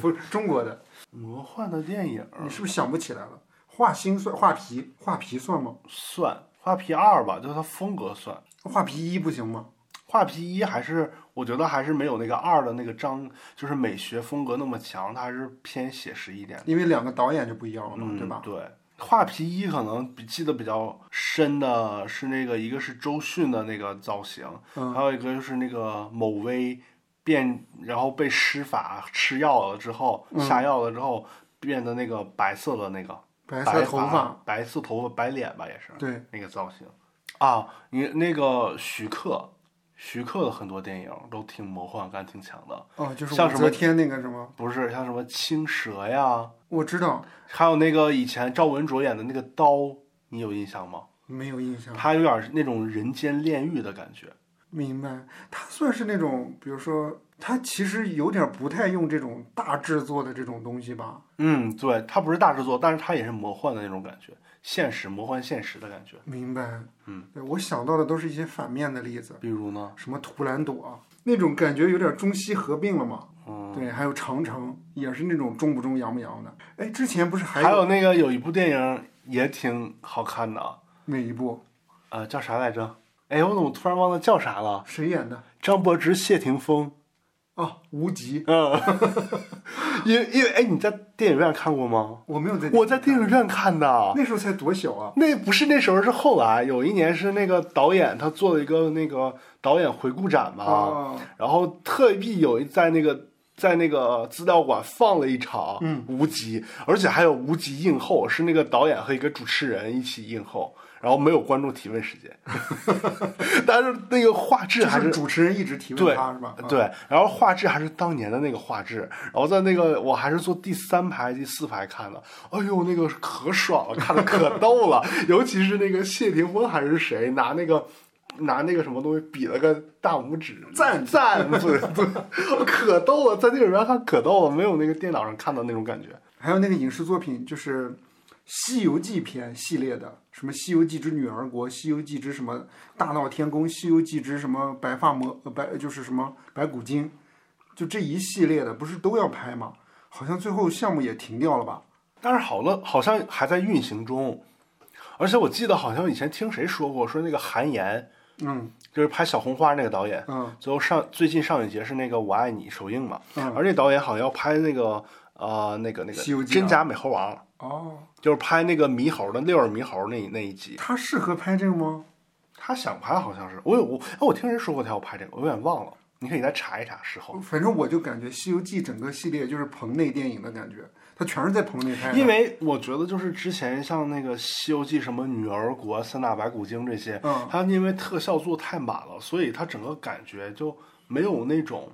[SPEAKER 1] 不是中国的，
[SPEAKER 2] 魔幻的电影
[SPEAKER 1] 你是不是想不起来了？画心算画皮，画皮算吗？
[SPEAKER 2] 算《画皮二》吧，就是它风格算。
[SPEAKER 1] 画皮一不行吗？
[SPEAKER 2] 画皮一还是我觉得还是没有那个二的那个张，就是美学风格那么强，它还是偏写实一点的，
[SPEAKER 1] 因为两个导演就不一样了嘛，
[SPEAKER 2] 嗯，
[SPEAKER 1] 对吧？
[SPEAKER 2] 对，画皮一可能比记得比较深的是那个，一个是周迅的那个造型，
[SPEAKER 1] 嗯
[SPEAKER 2] 还有一个就是那个某威变，然后被施法吃药了之后，
[SPEAKER 1] 嗯
[SPEAKER 2] 下药了之后变得那个白色的那个
[SPEAKER 1] 白色头发，
[SPEAKER 2] 发，白色头发，嗯白脸吧，也是。
[SPEAKER 1] 对，
[SPEAKER 2] 那个造型啊，你那个徐克，徐克的很多电影都挺魔幻感挺强的，
[SPEAKER 1] 哦，就是
[SPEAKER 2] 像
[SPEAKER 1] 武
[SPEAKER 2] 什
[SPEAKER 1] 则
[SPEAKER 2] 么
[SPEAKER 1] 天那个什么，
[SPEAKER 2] 不是像什么青蛇呀，
[SPEAKER 1] 我知道，
[SPEAKER 2] 还有那个以前赵文卓演的那个刀，你有印象吗？
[SPEAKER 1] 没有印象。
[SPEAKER 2] 他有点那种人间炼狱的感觉，
[SPEAKER 1] 明白，他算是那种，比如说，他其实有点不太用这种大制作的这种东西吧。
[SPEAKER 2] 嗯，对，他不是大制作，但是他也是魔幻的那种感觉，现实魔幻现实的感觉，
[SPEAKER 1] 明白，
[SPEAKER 2] 嗯，
[SPEAKER 1] 对我想到的都是一些反面的例子，
[SPEAKER 2] 比如呢，
[SPEAKER 1] 什么图兰朵那种感觉有点中西合并了嘛。
[SPEAKER 2] 嗯。
[SPEAKER 1] 对，还有长城也是那种中不中洋不洋的。哎，之前不是还
[SPEAKER 2] 还有那个有一部电影也挺好看的啊，
[SPEAKER 1] 哪一部
[SPEAKER 2] 呃，叫啥来着？哎，我怎么突然忘了叫啥了？
[SPEAKER 1] 谁演的？
[SPEAKER 2] 张柏芝、谢霆锋，
[SPEAKER 1] 哦，无极，
[SPEAKER 2] 嗯， 因为因为哎，你在电影院看过吗？
[SPEAKER 1] 我没有在，
[SPEAKER 2] 我在电影院看的，
[SPEAKER 1] 那时候才多小啊。
[SPEAKER 2] 那不是那时候是后来，有一年是那个导演他做了一个那个导演回顾展嘛，
[SPEAKER 1] 哦，
[SPEAKER 2] 然后特意有一在那个在那个资料馆放了一场
[SPEAKER 1] 嗯
[SPEAKER 2] 无极，而且还有无极映后，是那个导演和一个主持人一起映后。然后没有观众提问时间， 但是那个画质
[SPEAKER 1] 就
[SPEAKER 2] 还
[SPEAKER 1] 是
[SPEAKER 2] 是
[SPEAKER 1] 主持人一直提
[SPEAKER 2] 对
[SPEAKER 1] 问他是吧？啊，
[SPEAKER 2] 对，然后画质还是当年的那个画质，然后在那个我还是坐第三排、第四排看的，哎呦，那个可爽了，看的可逗了， 尤其是那个谢霆锋还是谁拿那个。拿那个什么东西比了个大拇指，
[SPEAKER 1] 赞
[SPEAKER 2] 赞，对对，可逗了，在电影院看可逗了，没有那个电脑上看到那种感觉。
[SPEAKER 1] 还有那个影视作品就是《西游记》篇系列的，什么《西游记之女儿国》《西游记之什么大闹天宫》《西游记之什么白发魔呃白就是什么白骨精》，就这一系列的不是都要拍吗？好像最后项目也停掉了吧？
[SPEAKER 2] 但是好了，好像还在运行中，而且我记得好像以前听谁说过，说那个韩延
[SPEAKER 1] 嗯
[SPEAKER 2] 就是拍小红花那个导演，
[SPEAKER 1] 嗯，
[SPEAKER 2] 最后上最近上一节是那个《我爱你》首映嘛，
[SPEAKER 1] 嗯
[SPEAKER 2] 而那导演好像要拍那个呃那个那个
[SPEAKER 1] 西游
[SPEAKER 2] 《
[SPEAKER 1] 记啊
[SPEAKER 2] 真假美猴王》，
[SPEAKER 1] 哦，
[SPEAKER 2] 就是拍那个猕猴的六耳猕猴那那一集。
[SPEAKER 1] 他适合拍这个吗？
[SPEAKER 2] 他想拍好像是，我有我哎我听人说过他要拍这个，我有点忘了，你可以再查一查事后。
[SPEAKER 1] 反正我就感觉《西游记》整个系列就是棚内电影的感觉，它全是在棚内拍的。
[SPEAKER 2] 因为我觉得就是之前像那个《西游记》什么女儿国、三打白骨精这些，
[SPEAKER 1] 嗯
[SPEAKER 2] 它因为特效做太满了，所以它整个感觉就没有那种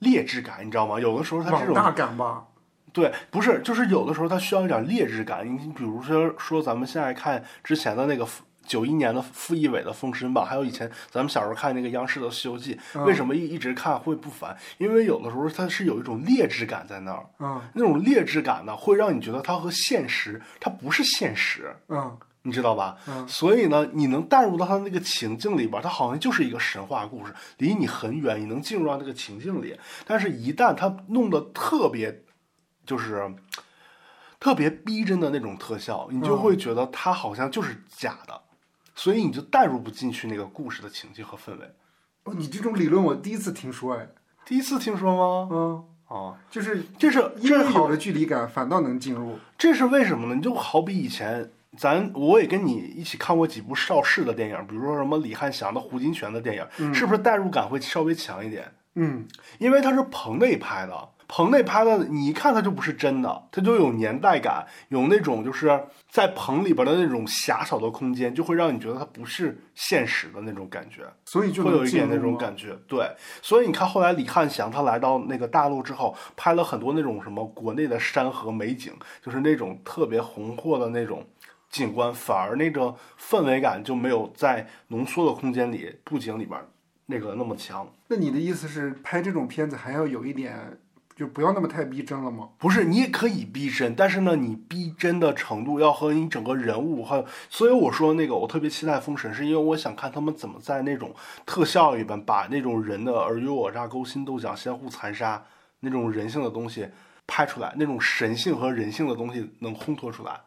[SPEAKER 2] 劣质感，你知道吗？有的时候它这
[SPEAKER 1] 网
[SPEAKER 2] 种
[SPEAKER 1] 大感吧，
[SPEAKER 2] 对，不是，就是有的时候它需要一点劣质感。你比如说说咱们现在看之前的那个九一年的傅艺伟的《封神榜》，还有以前咱们小时候看那个央视的《西游记》，为什么一一直看会不烦？因为有的时候它是有一种劣质感在那儿，
[SPEAKER 1] 嗯
[SPEAKER 2] 那种劣质感呢，会让你觉得它和现实它不是现实。
[SPEAKER 1] 嗯，
[SPEAKER 2] 你知道吧？
[SPEAKER 1] 嗯
[SPEAKER 2] 所以呢，你能带入到他那个情境里边，他好像就是一个神话故事，离你很远，你能进入到那个情境里。但是，一旦他弄得特别，就是特别逼真的那种特效，你就会觉得他好像就是假的。所以你就带入不进去那个故事的情境和氛围。
[SPEAKER 1] 哦，你这种理论我第一次听说，哎，
[SPEAKER 2] 第一次听说吗？
[SPEAKER 1] 嗯，
[SPEAKER 2] 哦，
[SPEAKER 1] 就是
[SPEAKER 2] 这是
[SPEAKER 1] 因
[SPEAKER 2] 这
[SPEAKER 1] 为
[SPEAKER 2] 是
[SPEAKER 1] 有了距离感，反倒能进入。
[SPEAKER 2] 这是为什么呢？你就好比以前，咱我也跟你一起看过几部邵氏的电影，比如说什么李翰祥的、胡金铨的电影，是不是代入感会稍微强一点？
[SPEAKER 1] 嗯，
[SPEAKER 2] 因为它是棚内拍的，棚内拍的，你一看它就不是真的，它就有年代感，有那种就是在棚里边的那种狭小的空间，就会让你觉得它不是现实的那种感觉。
[SPEAKER 1] 所以就
[SPEAKER 2] 会有
[SPEAKER 1] 能
[SPEAKER 2] 一
[SPEAKER 1] 进
[SPEAKER 2] 点
[SPEAKER 1] 入
[SPEAKER 2] 那种
[SPEAKER 1] 吗。
[SPEAKER 2] 感觉，对。所以你看，后来李翰祥他来到那个大陆之后，拍了很多那种什么国内的山河美景，就是那种特别宏阔的那种景观，反而那个氛围感就没有在浓缩的空间里、布景里边那个那么强。
[SPEAKER 1] 那你的意思是拍这种片子还要有一点，就不要那么太逼真了吗？
[SPEAKER 2] 不是，你也可以逼真，但是呢，你逼真的程度要和你整个人物还有，所以我说那个我特别期待《封神》，是因为我想看他们怎么在那种呃特效里边把那种人的尔虞我诈、勾心斗角、相互残杀那种人性的东西拍出来，那种神性和人性的东西能烘托出来。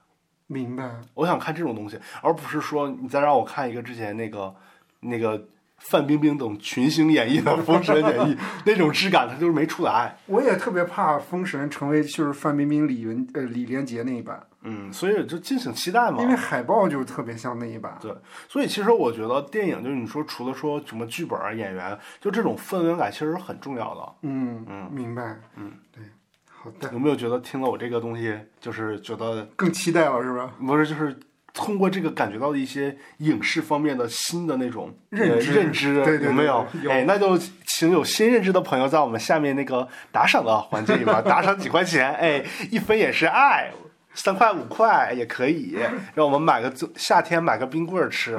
[SPEAKER 1] 明白。
[SPEAKER 2] 我想看这种东西，而不是说你再让我看一个之前那个那个范冰冰等群星演绎的《封神演义》那种质感，它就是没出来。
[SPEAKER 1] 我也特别怕《封神》成为就是范冰冰、李云呃李连杰那一版，
[SPEAKER 2] 嗯，所以就敬请期待嘛。
[SPEAKER 1] 因为海报就特别像那一版。
[SPEAKER 2] 对，所以其实我觉得电影就是你说除了说什么剧本啊、演员，就这种氛围感其实是很重要的。
[SPEAKER 1] 嗯嗯，明白。嗯，对，好的，
[SPEAKER 2] 有没有觉得听了我这个东西，就是觉得
[SPEAKER 1] 更期待了是吧？
[SPEAKER 2] 不是就是通过这个感觉到的一些影视方面的新的那种
[SPEAKER 1] 认
[SPEAKER 2] 呃
[SPEAKER 1] 知
[SPEAKER 2] 认知
[SPEAKER 1] 对对对
[SPEAKER 2] 有没有？
[SPEAKER 1] 有
[SPEAKER 2] 哎，那就请有新认知的朋友在我们下面那个打赏的环节里边打赏几块钱，哎，一分也是爱。三块五块也可以，让我们买个夏天买个冰棍 儿吃，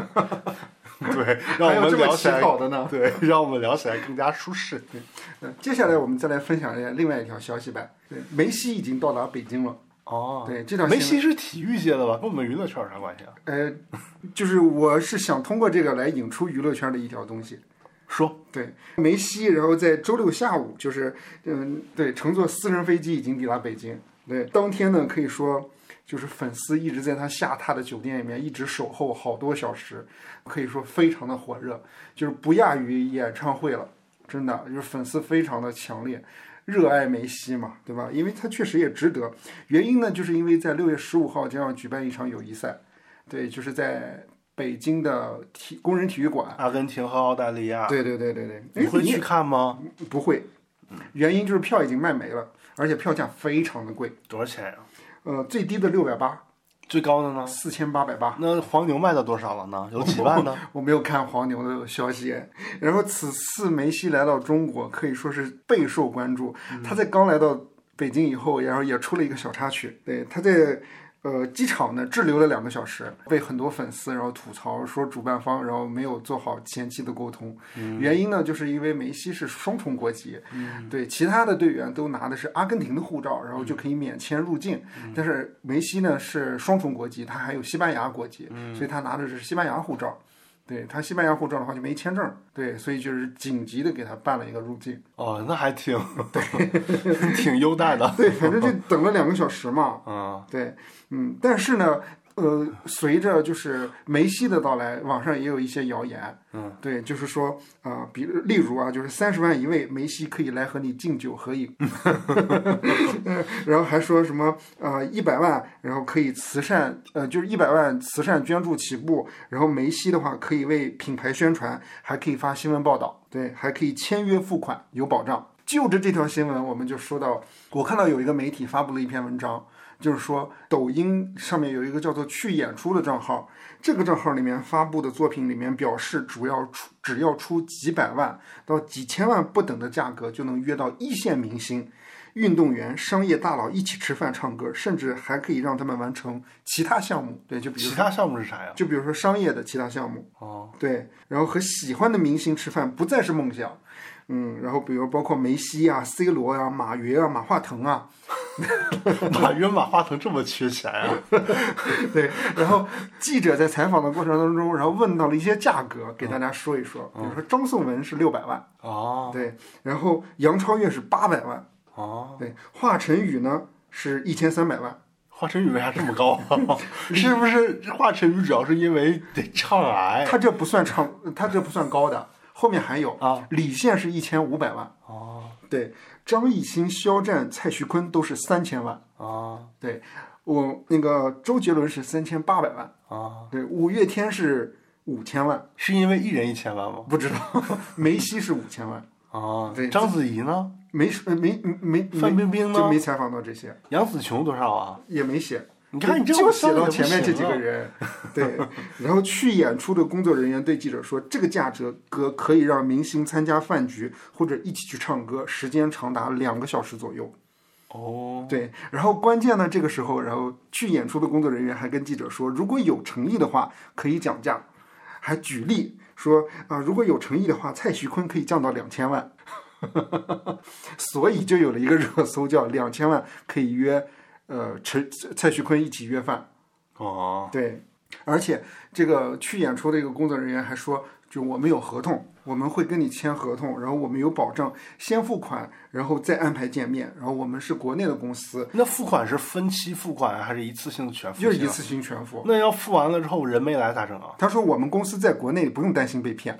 [SPEAKER 2] 对，让
[SPEAKER 1] 还
[SPEAKER 2] 我
[SPEAKER 1] 有
[SPEAKER 2] 们
[SPEAKER 1] 这么
[SPEAKER 2] 聊
[SPEAKER 1] 起
[SPEAKER 2] 起来
[SPEAKER 1] 草的呢？
[SPEAKER 2] 对，让我们聊起来更加舒适。
[SPEAKER 1] 嗯，接下来我们再来分享一下另外一条消息吧。对，梅西已经到达北京了。
[SPEAKER 2] 哦，
[SPEAKER 1] 对，这条
[SPEAKER 2] 梅
[SPEAKER 1] 新闻
[SPEAKER 2] 西是体育界的吧？跟我们娱乐圈有啥关系啊？
[SPEAKER 1] 呃，就是我是想通过这个来引出娱乐圈的一条东西。
[SPEAKER 2] 说，
[SPEAKER 1] 对，梅西，然后在周六下午，就是嗯，对，乘坐私人飞机已经抵达北京。对，当天呢，可以说就是粉丝一直在他下榻的酒店里面一直守候好多小时，可以说非常的火热，就是不亚于演唱会了，真的就是粉丝非常的强烈。热爱梅西嘛，对吧？因为他确实也值得。原因呢，就是因为在六月十五号将要举办一场友谊赛，对，就是在北京的体工人体育馆。
[SPEAKER 2] 阿根廷和澳大利亚，
[SPEAKER 1] 对对对对对，哎
[SPEAKER 2] 啊你会去看吗？
[SPEAKER 1] 不会，原因就是票已经卖没了，而且票价非常的贵，
[SPEAKER 2] 多少钱呀？
[SPEAKER 1] 呃，最低的六百八，
[SPEAKER 2] 最高的呢？
[SPEAKER 1] 四千八百八。
[SPEAKER 2] 那黄牛卖到多少了 呢？有几万呢？
[SPEAKER 1] 我没有看黄牛的消息，然后此次梅西来到中国可以说是备受关注。他在刚来到北京以后，然后也出了一个小插曲，对，他在呃机场呢滞留了两个小时，被很多粉丝然后吐槽说主办方然后没有做好前期的沟通，原因呢就是因为梅西是双重国籍，对，其他的队员都拿的是阿根廷的护照，然后就可以免签入境，但是梅西呢是双重国籍，他还有西班牙国籍，所以他拿的是西班牙护照。对他西班牙护照的话就没签证，对，所以就是紧急的给他办了一个入境。
[SPEAKER 2] 哦，那还 挺挺优待 的。
[SPEAKER 1] 对，反正就等了两个小时嘛。
[SPEAKER 2] 嗯，
[SPEAKER 1] 对，嗯，但是呢，呃，随着就是梅西的到来，网上也有一些谣言。嗯，对，就是说啊、比如例如啊，就是三十万一位，梅西可以来和你敬酒合影，然后还说什么啊一百万，然后可以慈善，呃，就是一百万慈善捐助起步，然后梅西的话可以为品牌宣传，还可以发新闻报道，对，还可以签约付款，有保障。就着这条新闻，我们就说到，我看到有一个媒体发布了一篇文章，就是说抖音上面有一个叫做“去演出”的账号，这个账号里面发布的作品里面表示，主要出只要出几百万到几千万不等的价格，就能约到一线明星、运动员、商业大佬一起吃饭、唱歌，甚至还可以让他们完成其他项目。对，就比如
[SPEAKER 2] 其
[SPEAKER 1] 说
[SPEAKER 2] 他项目是啥 呀？
[SPEAKER 1] 就比如说商业的其他项目，
[SPEAKER 2] 哦，
[SPEAKER 1] 对，然后和喜欢的明星吃饭不再是梦想，嗯，然后比如包括梅西啊、C 罗啊、马云啊、马化腾啊，
[SPEAKER 2] 马云、马化腾这么缺钱啊？
[SPEAKER 1] 对，然后记者在采访的过程当中，然后问到了一些价格，给大家说一说。比如说张颂文是六百万，
[SPEAKER 2] 哦
[SPEAKER 1] 对，然后杨超越是八百万，
[SPEAKER 2] 哦，
[SPEAKER 1] 对，华晨宇呢是一千三百万，
[SPEAKER 2] 华晨宇为啥这么高啊？ 是不是华晨宇主要是因为得唱癌？
[SPEAKER 1] 他这不算唱，他这不算高的，后面还有
[SPEAKER 2] 啊。
[SPEAKER 1] 李现是一千五百万，
[SPEAKER 2] 哦
[SPEAKER 1] 对，张艺兴、肖战、蔡徐坤都是三千万，
[SPEAKER 2] 啊
[SPEAKER 1] 对我那个周杰伦是三千八百万，
[SPEAKER 2] 啊！
[SPEAKER 1] 对，五月天是五千万，
[SPEAKER 2] 是因为一人一千万吗？
[SPEAKER 1] 不知道， 梅西是五千万，
[SPEAKER 2] 啊
[SPEAKER 1] 对，
[SPEAKER 2] 章子怡呢？
[SPEAKER 1] 没呃没没
[SPEAKER 2] 范
[SPEAKER 1] 没
[SPEAKER 2] 冰冰
[SPEAKER 1] 就
[SPEAKER 2] 呢
[SPEAKER 1] 没？采访到这些，
[SPEAKER 2] 杨紫琼多少啊？
[SPEAKER 1] 也没写。
[SPEAKER 2] 你看你这
[SPEAKER 1] 就
[SPEAKER 2] 我
[SPEAKER 1] 写
[SPEAKER 2] 算
[SPEAKER 1] 到
[SPEAKER 2] 得
[SPEAKER 1] 前面这几个
[SPEAKER 2] 不行啊，
[SPEAKER 1] 人，对。然后去演出的工作人员对记者说，这个价值格可以让明星参加饭局或者一起去唱歌，时间长达两个小时左右。
[SPEAKER 2] 哦，
[SPEAKER 1] 对，然后关键呢，这个时候，然后去演出的工作人员还跟记者说，如果有诚意的话，可以讲价，还举例说啊、如果有诚意的话，蔡徐坤可以降到两千万， 所以就有了一个热搜叫“两千万可以约呃陈蔡徐坤一起约饭”。
[SPEAKER 2] 哦，
[SPEAKER 1] 对，而且这个去演出的一个工作人员还说，就我们有合同，我们会跟你签合同，然后我们有保证，先付款，然后再安排见面，然后我们是国内的公司，
[SPEAKER 2] 那付款是分期付款还是一次性全付？
[SPEAKER 1] 就是一。次性全付。
[SPEAKER 2] 那要付完了之后人没来咋整啊？
[SPEAKER 1] 他说：“我们公司在国内不用担心被骗。”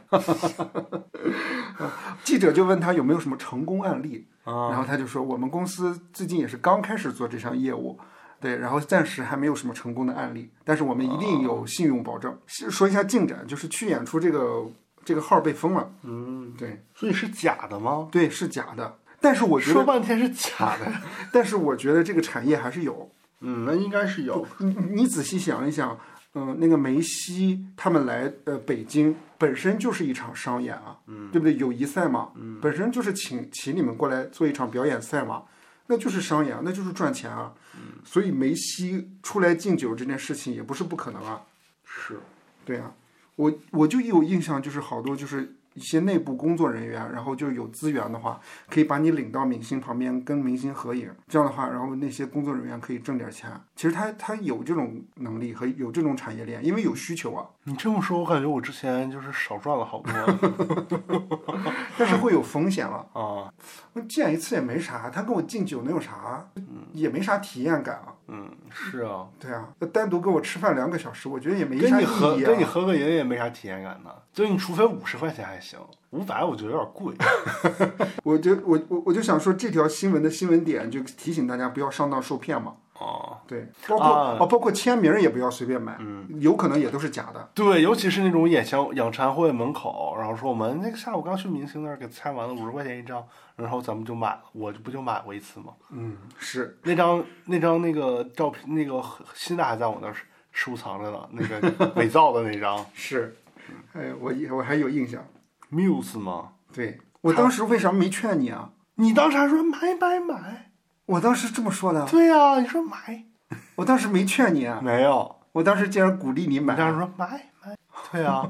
[SPEAKER 1] 记者就问他有没有什么成功案例，
[SPEAKER 2] 啊
[SPEAKER 1] 然后他就说：“我们公司最近也是刚开始做这项业务，对，然后暂时还没有什么成功的案例，但是我们一定有信用保证。”说一下进展，就是去演出这个这个号被封了，
[SPEAKER 2] 嗯，
[SPEAKER 1] 对
[SPEAKER 2] 所以是假的吗？
[SPEAKER 1] 对，是假的。但是我觉
[SPEAKER 2] 说
[SPEAKER 1] 得，
[SPEAKER 2] 半天是假的。
[SPEAKER 1] 但是我觉得这个产业还是有。
[SPEAKER 2] 嗯，那应该是有。
[SPEAKER 1] 你你你仔细想一想，嗯、那个梅西他们来呃北京，本身就是一场商演啊，
[SPEAKER 2] 嗯
[SPEAKER 1] 对不对？友谊赛嘛，本身就是请请你们过来做一场表演赛嘛，那就是商演啊，那就是赚钱啊。
[SPEAKER 2] 嗯
[SPEAKER 1] 所以梅西出来敬酒这件事情也不是不可能啊。
[SPEAKER 2] 是。
[SPEAKER 1] 对啊，我我就有印象，就是好多就是一些内部工作人员，然后就有资源的话，可以把你领到明星旁边跟明星合影，这样的话，然后那些工作人员可以挣点钱。其实他他有这种能力和有这种产业链，因为有需求啊，
[SPEAKER 2] 你这么说，我感觉我之前就是少赚了好多
[SPEAKER 1] 但是会有风险了。
[SPEAKER 2] 啊。
[SPEAKER 1] 我见一次也没啥，他跟我敬酒能有啥？也没啥体验感啊。
[SPEAKER 2] 嗯，是啊，
[SPEAKER 1] 对啊，单独跟我吃饭两个小时，我觉得也没
[SPEAKER 2] 跟
[SPEAKER 1] 啥
[SPEAKER 2] 你合
[SPEAKER 1] 意义啊
[SPEAKER 2] 跟你。合个影也没啥体验感呢。就是你除非五十块钱还行，五百我觉得有点贵。
[SPEAKER 1] 我就我我我就想说，这条新闻的新闻点就提醒大家不要上当受骗嘛。
[SPEAKER 2] 哦，
[SPEAKER 1] 对，包括
[SPEAKER 2] 啊
[SPEAKER 1] 哦，包括签名儿也不要随便买，有可能也都是假的。
[SPEAKER 2] 对，尤其是那种演唱演唱会门口，然后说我们那个下午刚去明星那儿给猜完了，五十块钱一张，然后咱们就买了，我就不就买过一次吗？
[SPEAKER 1] 嗯，是
[SPEAKER 2] 那张那张那个照片，那个新的还在我那儿收藏着呢，那 个伪造的那张
[SPEAKER 1] 是，哎，我以我还有印象。
[SPEAKER 2] Muse 吗？
[SPEAKER 1] 对我当时为啥没劝你啊？
[SPEAKER 2] 你当时还说买买买，
[SPEAKER 1] 我当时这么说的，
[SPEAKER 2] 对呀、你说买
[SPEAKER 1] 我当时没劝你啊，
[SPEAKER 2] 没有？
[SPEAKER 1] 我当时竟然鼓励你
[SPEAKER 2] 你
[SPEAKER 1] 买。
[SPEAKER 2] 当时说买买，对呀、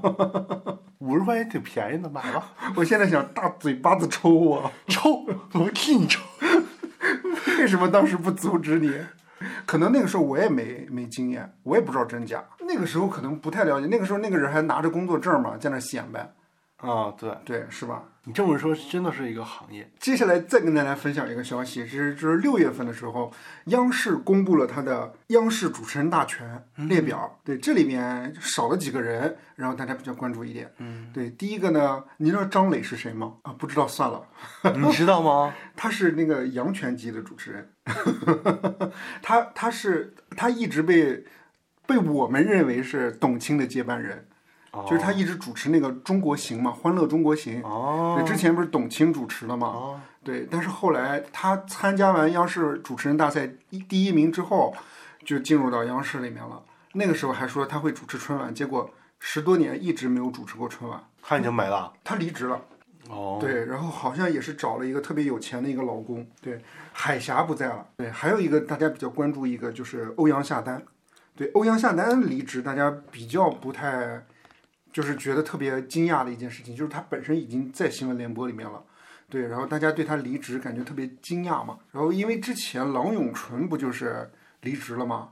[SPEAKER 2] 五十块钱挺便宜的，买吧，
[SPEAKER 1] 我现在想大嘴巴子抽我，
[SPEAKER 2] 抽，我替你抽。
[SPEAKER 1] 为什么当时不阻止你？可能那个时候我也没没经验，我也不知道真假。那个时候可能不太了解，那个时候那个人还拿着工作证嘛，在那显摆，
[SPEAKER 2] 啊、对
[SPEAKER 1] 对，是吧？
[SPEAKER 2] 你这么说，真的是一个行业。
[SPEAKER 1] 接下来再跟大家分享一个消息，是就是六月份的时候，央视公布了它的央视主持人大全
[SPEAKER 2] 嗯
[SPEAKER 1] 列表。对，这里面少了几个人，然后大家比较关注一点。嗯，对，第一个呢，你知道张磊是谁吗？啊，不知道算了，
[SPEAKER 2] 你知道吗？
[SPEAKER 1] 他是那个杨泉集的主持人， 他他是他一直被被我们认为是董卿的接班人，就是他一直主持那个《中国行》嘛，《欢乐中国行》。
[SPEAKER 2] 哦
[SPEAKER 1] 对，之前不是董卿主持的嘛？
[SPEAKER 2] 哦
[SPEAKER 1] 对，但是后来他参加完央视主持人大赛一第一名之后，就进入到央视里面了。那个时候还说他会主持春晚，结果十多年一直没有主持过春晚。
[SPEAKER 2] 他已经没了。
[SPEAKER 1] 他离职了，
[SPEAKER 2] 哦，
[SPEAKER 1] 对，然后好像也是找了一个特别有钱的一个老公。对，海霞不在了。对，还有一个大家比较关注一个就是欧阳夏丹，对，欧阳夏丹离职，大家比较不太，就是觉得特别惊讶的一件事情，就是他本身已经在新闻联播里面了。对，然后大家对他离职感觉特别惊讶嘛。然后因为之前郎永淳不就是离职了吗？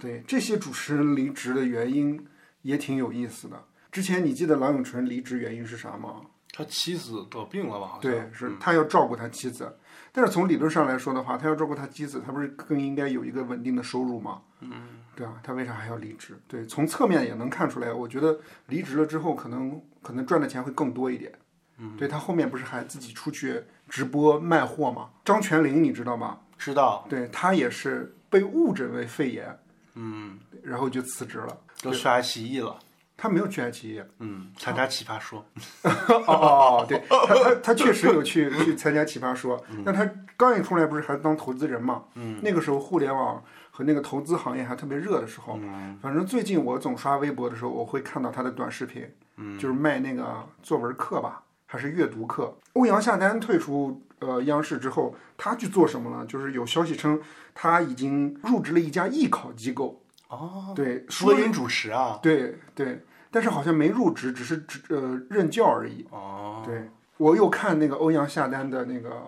[SPEAKER 1] 对，这些主持人离职的原因也挺有意思的。之前你记得郎永淳离职原因是啥吗？
[SPEAKER 2] 他妻子得病了吧？好像嗯
[SPEAKER 1] 对，是他要照顾他妻子。但是从理论上来说的话，他要照顾他妻子，他不是更应该有一个稳定的收入吗？嗯，对啊，他为啥还要离职？对，从侧面也能看出来，我觉得离职了之后，可能可能赚的钱会更多一点。嗯，对他后面不是还自己出去直播卖货吗？张泉灵你知道吗？
[SPEAKER 2] 知道
[SPEAKER 1] 对他也是被误诊为肺炎，
[SPEAKER 2] 嗯，
[SPEAKER 1] 然后就辞职了。
[SPEAKER 2] 都去爱奇艺了，
[SPEAKER 1] 他没有去爱奇艺，
[SPEAKER 2] 嗯，参加奇葩说，
[SPEAKER 1] 哦哦，哦， 对他他他确实有去去参加《奇葩说》，但他刚一出来不是还当投资人嘛？嗯，那个时候互联网和那个投资行业还特别热的时候，反正最近我总刷微博的时候，我会看到他的短视频，嗯，就是卖那个作文课吧，还是阅读课。欧阳夏丹退出呃央视之后，他去做什么了？就是有消息称他已经入职了一家艺考机构。哦，对，
[SPEAKER 2] 播音主持啊，
[SPEAKER 1] 对对，但是好像没入职，只是只呃任教而已。
[SPEAKER 2] 哦，
[SPEAKER 1] 对，我又看那个欧阳夏丹的那个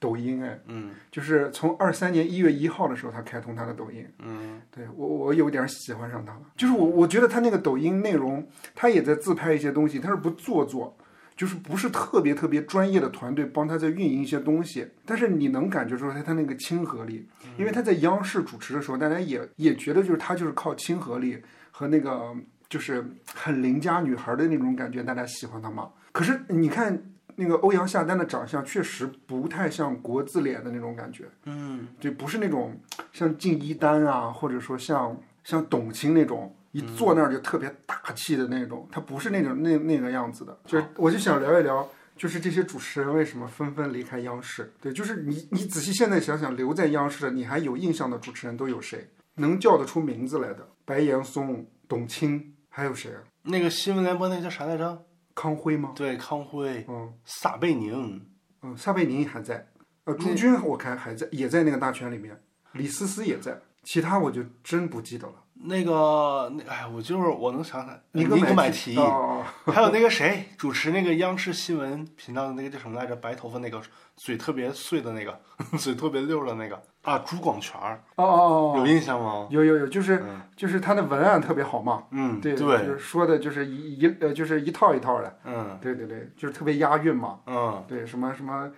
[SPEAKER 1] 抖音，哎，
[SPEAKER 2] 嗯，
[SPEAKER 1] 就是从二三年一月一号的时候，他开通他的抖音，
[SPEAKER 2] 嗯，
[SPEAKER 1] 对我我有点喜欢上他了，就是我我觉得他那个抖音内容，他也在自拍一些东西，他是不做作。就是不是特别特别专业的团队帮他在运营一些东西，但是你能感觉出来他那个亲和力，
[SPEAKER 2] 嗯
[SPEAKER 1] 因为他在央视主持的时候，大家也也觉得就是他就是靠亲和力和那个就是很邻家女孩的那种感觉，大家喜欢他嘛。可是你看那个欧阳夏丹的长相，确实不太像国字脸的那种感觉，
[SPEAKER 2] 嗯，
[SPEAKER 1] 对，不是那种像敬一丹啊，或者说像像董卿那种。一坐那儿就特别大气的那种，他不是那种那那个样子的，就是我就想聊一聊，就是这些主持人为什么纷纷离开央视？对，就是你你仔细现在想想，留在央视的你还有印象的主持人都有谁？能叫得出名字来的，白岩松、董卿，还有谁啊？
[SPEAKER 2] 那个新闻联播那叫啥来着？
[SPEAKER 1] 康辉吗？
[SPEAKER 2] 对，康辉、
[SPEAKER 1] 嗯
[SPEAKER 2] 撒贝宁，
[SPEAKER 1] 嗯，撒贝宁还在，呃，
[SPEAKER 2] 嗯
[SPEAKER 1] 朱军我看还在，也在那个大圈里面，李思思也在，其他我就真不记得了。
[SPEAKER 2] 那个那哎，我就是我能想起来，
[SPEAKER 1] 尼
[SPEAKER 2] 嗯尼
[SPEAKER 1] 格
[SPEAKER 2] 格
[SPEAKER 1] 买
[SPEAKER 2] 买
[SPEAKER 1] 提
[SPEAKER 2] 提，
[SPEAKER 1] 哦哦
[SPEAKER 2] 还有那个谁主持那个央视新闻频道的那个叫什么来着？白头发那个，嘴特别碎的那个， 嘴特别溜的那个啊，朱广权儿
[SPEAKER 1] 哦哦哦
[SPEAKER 2] 有印象吗？
[SPEAKER 1] 有有有，就是就是他的文案特别好嘛，
[SPEAKER 2] 嗯，
[SPEAKER 1] 对，就
[SPEAKER 2] 对，
[SPEAKER 1] 是说的就是一一呃，就是一套一套的，
[SPEAKER 2] 嗯
[SPEAKER 1] 对对对，就是特别押韵嘛，
[SPEAKER 2] 嗯，
[SPEAKER 1] 对，什么什么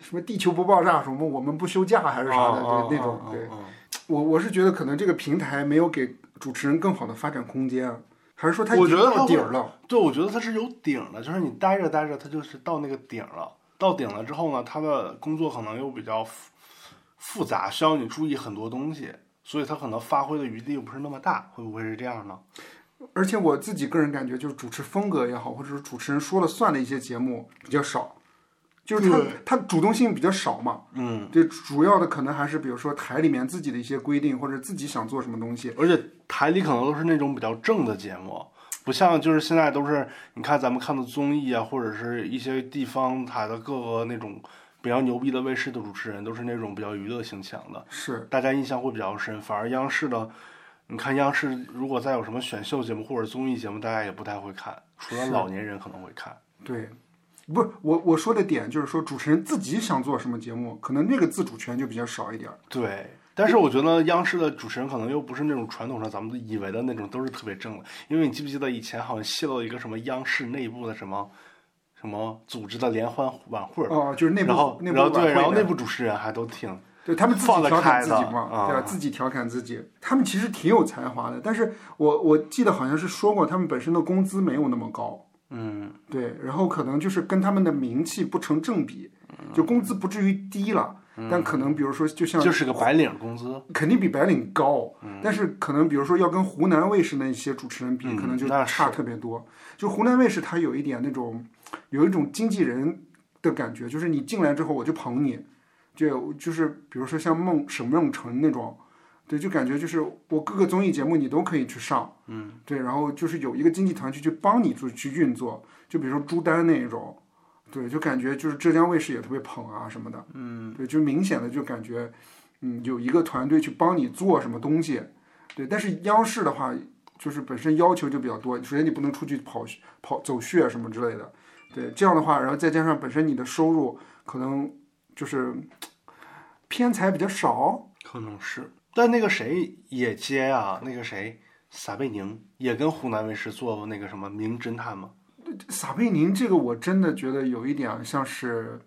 [SPEAKER 1] 什么地球不爆炸，什么我们不休假还是啥的，
[SPEAKER 2] 啊
[SPEAKER 1] 对那种
[SPEAKER 2] 啊，啊
[SPEAKER 1] 对
[SPEAKER 2] 啊
[SPEAKER 1] 我我是觉得可能这个平台没有给主持人更好的发展空间，啊还是说他已
[SPEAKER 2] 我
[SPEAKER 1] 经
[SPEAKER 2] 觉得他
[SPEAKER 1] 到
[SPEAKER 2] 会
[SPEAKER 1] 底儿了，
[SPEAKER 2] 对，我觉得它是有顶儿的，就是你待着待着，它就是到那个顶儿了。到顶了之后呢，他的工作可能又比较复复杂，需要你注意很多东西，所以他可能发挥的余地又不是那么大，会不会是这样呢？
[SPEAKER 1] 而且我自己个人感觉，就是主持风格也好，或者是主持人说了算的一些节目比较少，就是他
[SPEAKER 2] 对
[SPEAKER 1] 他主动性比较少嘛，
[SPEAKER 2] 嗯，
[SPEAKER 1] 对，主要的可能还是比如说台里面自己的一些规定，或者自己想做什么东西。
[SPEAKER 2] 而且台里可能都是那种比较正的节目，不像就是现在都是你看咱们看的综艺啊，或者是一些地方台的各个那种比较牛逼的卫视的主持人，都是那种比较娱乐性强的。
[SPEAKER 1] 是，
[SPEAKER 2] 大家印象会比较深。反而央视的，你看央视如果再有什么选秀节目或者综艺节目，大家也不太会看，除了
[SPEAKER 1] 是
[SPEAKER 2] 老年人可能会看。
[SPEAKER 1] 对，不是我我说的点就是说主持人自己想做什么节目，可能这个自主权就比较少一点儿。
[SPEAKER 2] 对，但是我觉得央视的主持人可能又不是那种传统上咱们以为的那种都是特别正的，因为你记不记得以前好像泄露一个什么央视内部的什么什么组织的联欢晚会儿。
[SPEAKER 1] 哦、就是内部
[SPEAKER 2] 然后，
[SPEAKER 1] 内部
[SPEAKER 2] 然后对，
[SPEAKER 1] 晚
[SPEAKER 2] 然后
[SPEAKER 1] 会的
[SPEAKER 2] 内部主持人还都挺，
[SPEAKER 1] 对他们自己
[SPEAKER 2] 放得
[SPEAKER 1] 调侃
[SPEAKER 2] 开
[SPEAKER 1] 自己
[SPEAKER 2] 的
[SPEAKER 1] 嘛，
[SPEAKER 2] 啊
[SPEAKER 1] 对吧？自己调侃自己，他们其实挺有才华的，但是我我记得好像是说过，他们本身的工资没有那么高，
[SPEAKER 2] 嗯，
[SPEAKER 1] 对，然后可能就是跟他们的名气不成正比，就工资不至于低了，但可能比如说就像
[SPEAKER 2] 就是个白领工资，
[SPEAKER 1] 肯定比白领高，但是可能比如说要跟湖南卫视那些主持人比，
[SPEAKER 2] 嗯
[SPEAKER 1] 可能就
[SPEAKER 2] 那
[SPEAKER 1] 差
[SPEAKER 2] 是
[SPEAKER 1] 特别多。就湖南卫视，它有一点那种有一种经纪人的感觉，就是你进来之后我就捧你，就就是比如说像孟沈梦辰那种，对，就感觉就是我各个综艺节目你都可以去上，嗯，对，然后就是有一个经纪团去去帮你做去运作，就比如说朱丹那一种。对，就感觉就是浙江卫视也特别捧啊什么的，嗯，对，就明显的就感觉嗯，有一个团队去帮你做什么东西，对。但是央视的话，就是本身要求就比较多，首先你不能出去跑跑走穴什么之类的，对。这样的话，然后再加上本身你的收入可能就是偏财比较少，
[SPEAKER 2] 可能是。但那个谁也接啊，那个谁撒贝宁也跟湖南卫视做过那个什么《名侦探》嘛，
[SPEAKER 1] 撒贝宁这个我真的觉得有一点像是，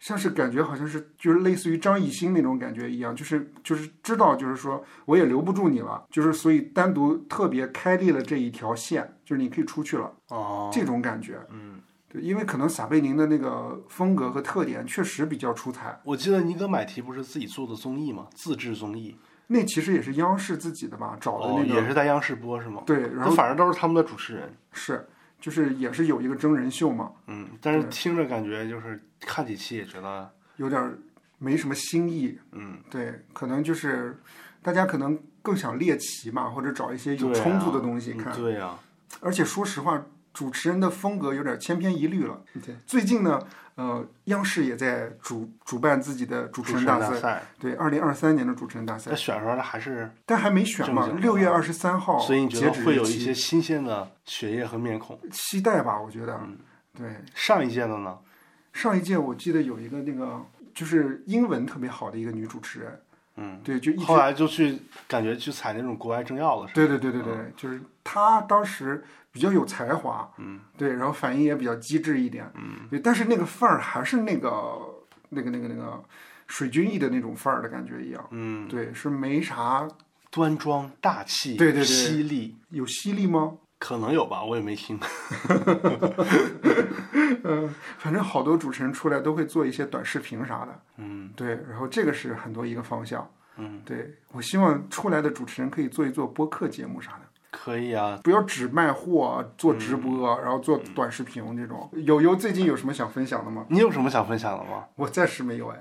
[SPEAKER 1] 像是感觉好像是就是类似于张艺兴那种感觉一样，就是就是知道就是说我也留不住你了，就是所以单独特别开立了这一条线，就是你可以出去了
[SPEAKER 2] 哦，
[SPEAKER 1] 这种感觉。
[SPEAKER 2] 嗯，
[SPEAKER 1] 对，因为可能撒贝宁的那个风格和特点确实比较出彩，
[SPEAKER 2] 我记得尼格买提不是自己做的综艺吗？自制综艺，
[SPEAKER 1] 那其实也是央视自己的吧找的
[SPEAKER 2] 哦，
[SPEAKER 1] 那个，
[SPEAKER 2] 也是在央视播是吗？
[SPEAKER 1] 对，然
[SPEAKER 2] 那
[SPEAKER 1] 后
[SPEAKER 2] 反正都是他们的主持人，
[SPEAKER 1] 是就是也是有一个真人秀嘛，
[SPEAKER 2] 嗯，但是听着感觉就是看几期也觉得，
[SPEAKER 1] 有点儿没什么新意，
[SPEAKER 2] 嗯，
[SPEAKER 1] 对，可能就是大家可能更想猎奇嘛，或者找一些有
[SPEAKER 2] 对啊
[SPEAKER 1] 冲突的东西看。
[SPEAKER 2] 嗯对呀、
[SPEAKER 1] 而且说实话，主持人的风格有点千篇一律了。
[SPEAKER 2] 嗯对，
[SPEAKER 1] 最近呢，呃，央视也在主主办自己的主
[SPEAKER 2] 主
[SPEAKER 1] 持
[SPEAKER 2] 持
[SPEAKER 1] 人大
[SPEAKER 2] 人大
[SPEAKER 1] 赛，
[SPEAKER 2] 赛，
[SPEAKER 1] 对，二零二三年的主持人大赛
[SPEAKER 2] 那，选出来的还是，
[SPEAKER 1] 但还没选嘛
[SPEAKER 2] 正，经的
[SPEAKER 1] 六月二十三号
[SPEAKER 2] 所以你觉
[SPEAKER 1] 哦截
[SPEAKER 2] 得
[SPEAKER 1] 止
[SPEAKER 2] 会
[SPEAKER 1] 日
[SPEAKER 2] 有一
[SPEAKER 1] 期，
[SPEAKER 2] 些新鲜的血液和面孔。
[SPEAKER 1] 期待吧，我觉得。
[SPEAKER 2] 嗯
[SPEAKER 1] 对，
[SPEAKER 2] 上一届的呢？
[SPEAKER 1] 上一届我记得有一个那个就是英文特别好的一个女主持人，
[SPEAKER 2] 嗯，
[SPEAKER 1] 对，就一直
[SPEAKER 2] 后来就去感觉去采那种国外政要了，是吧？
[SPEAKER 1] 对对对对对，
[SPEAKER 2] 嗯
[SPEAKER 1] 就是他当时比较有才华，嗯，对，然后反应也比较机智一点，嗯，对，但是那个范儿还是那个那个那个那个水军艺的那种范儿的感觉一样，
[SPEAKER 2] 嗯，
[SPEAKER 1] 对，是没啥
[SPEAKER 2] 端庄大气，
[SPEAKER 1] 对对对
[SPEAKER 2] 犀利，
[SPEAKER 1] 有犀利吗？
[SPEAKER 2] 可能有吧，我也没听。
[SPEAKER 1] 反正好多主持人出来都会做一些短视频啥的，
[SPEAKER 2] 嗯，
[SPEAKER 1] 对，然后这个是很多一个方向，嗯，对我希望出来的主持人可以做一做播客节目啥的。
[SPEAKER 2] 可以啊，
[SPEAKER 1] 不要只卖货，做直播，
[SPEAKER 2] 嗯
[SPEAKER 1] 然后做短视频这种。友友最近有什么想分享的吗？
[SPEAKER 2] 你有什么想分享的吗？
[SPEAKER 1] 我暂时没有哎。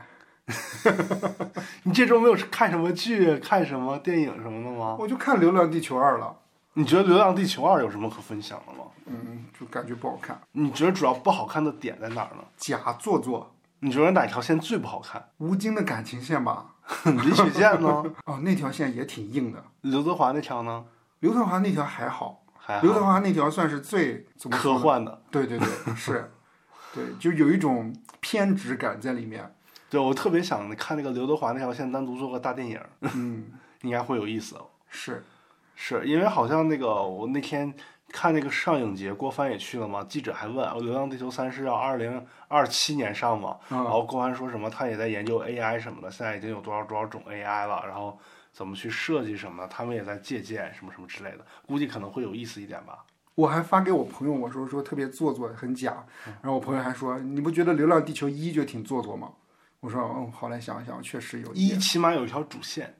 [SPEAKER 2] 你这周没有看什么剧、看什么电影什么的吗？
[SPEAKER 1] 我就看《流浪地球二》了，
[SPEAKER 2] 你觉得《流浪地球二》有什么可分享的吗？
[SPEAKER 1] 嗯，就感觉不好看，
[SPEAKER 2] 你觉得主要不好看的点在哪儿呢？
[SPEAKER 1] 假做作，
[SPEAKER 2] 你觉得哪条线最不好看？
[SPEAKER 1] 吴京的感情线吧，
[SPEAKER 2] 李雪健呢？
[SPEAKER 1] 哦，那条线也挺硬的。
[SPEAKER 2] 刘德华那条呢？
[SPEAKER 1] 刘德华那条还好，
[SPEAKER 2] 还
[SPEAKER 1] 刘德
[SPEAKER 2] 好
[SPEAKER 1] 华那条算是最怎么
[SPEAKER 2] 啊科
[SPEAKER 1] 说呢？
[SPEAKER 2] 幻的。
[SPEAKER 1] 对对对， 是，对，就有一种偏执感在里面。
[SPEAKER 2] 对，我特别想看那个刘德华那条线单独做个大电影，
[SPEAKER 1] 嗯，
[SPEAKER 2] 应该会有意思。哦
[SPEAKER 1] 是，
[SPEAKER 2] 是因为好像那个我那天看那个上影节，郭帆也去了嘛，记者还问《哦流浪地球三》是要二零二七年上嘛，然
[SPEAKER 1] 嗯，
[SPEAKER 2] 后郭帆说什么他也在研究 AI 什么的，现在已经有多少多少种 AI 了，然后怎么去设计什么的，他们也在借鉴什么什么之类的，估计可能会有意思一点吧。
[SPEAKER 1] 我还发给我朋友，我说说特别做作，很假。
[SPEAKER 2] 嗯
[SPEAKER 1] 然后我朋友还说，你不觉得《流浪地球一》就挺做作吗？我说，嗯，后来想一想，确实有一
[SPEAKER 2] 一
[SPEAKER 1] 点。
[SPEAKER 2] 起码有一条主线，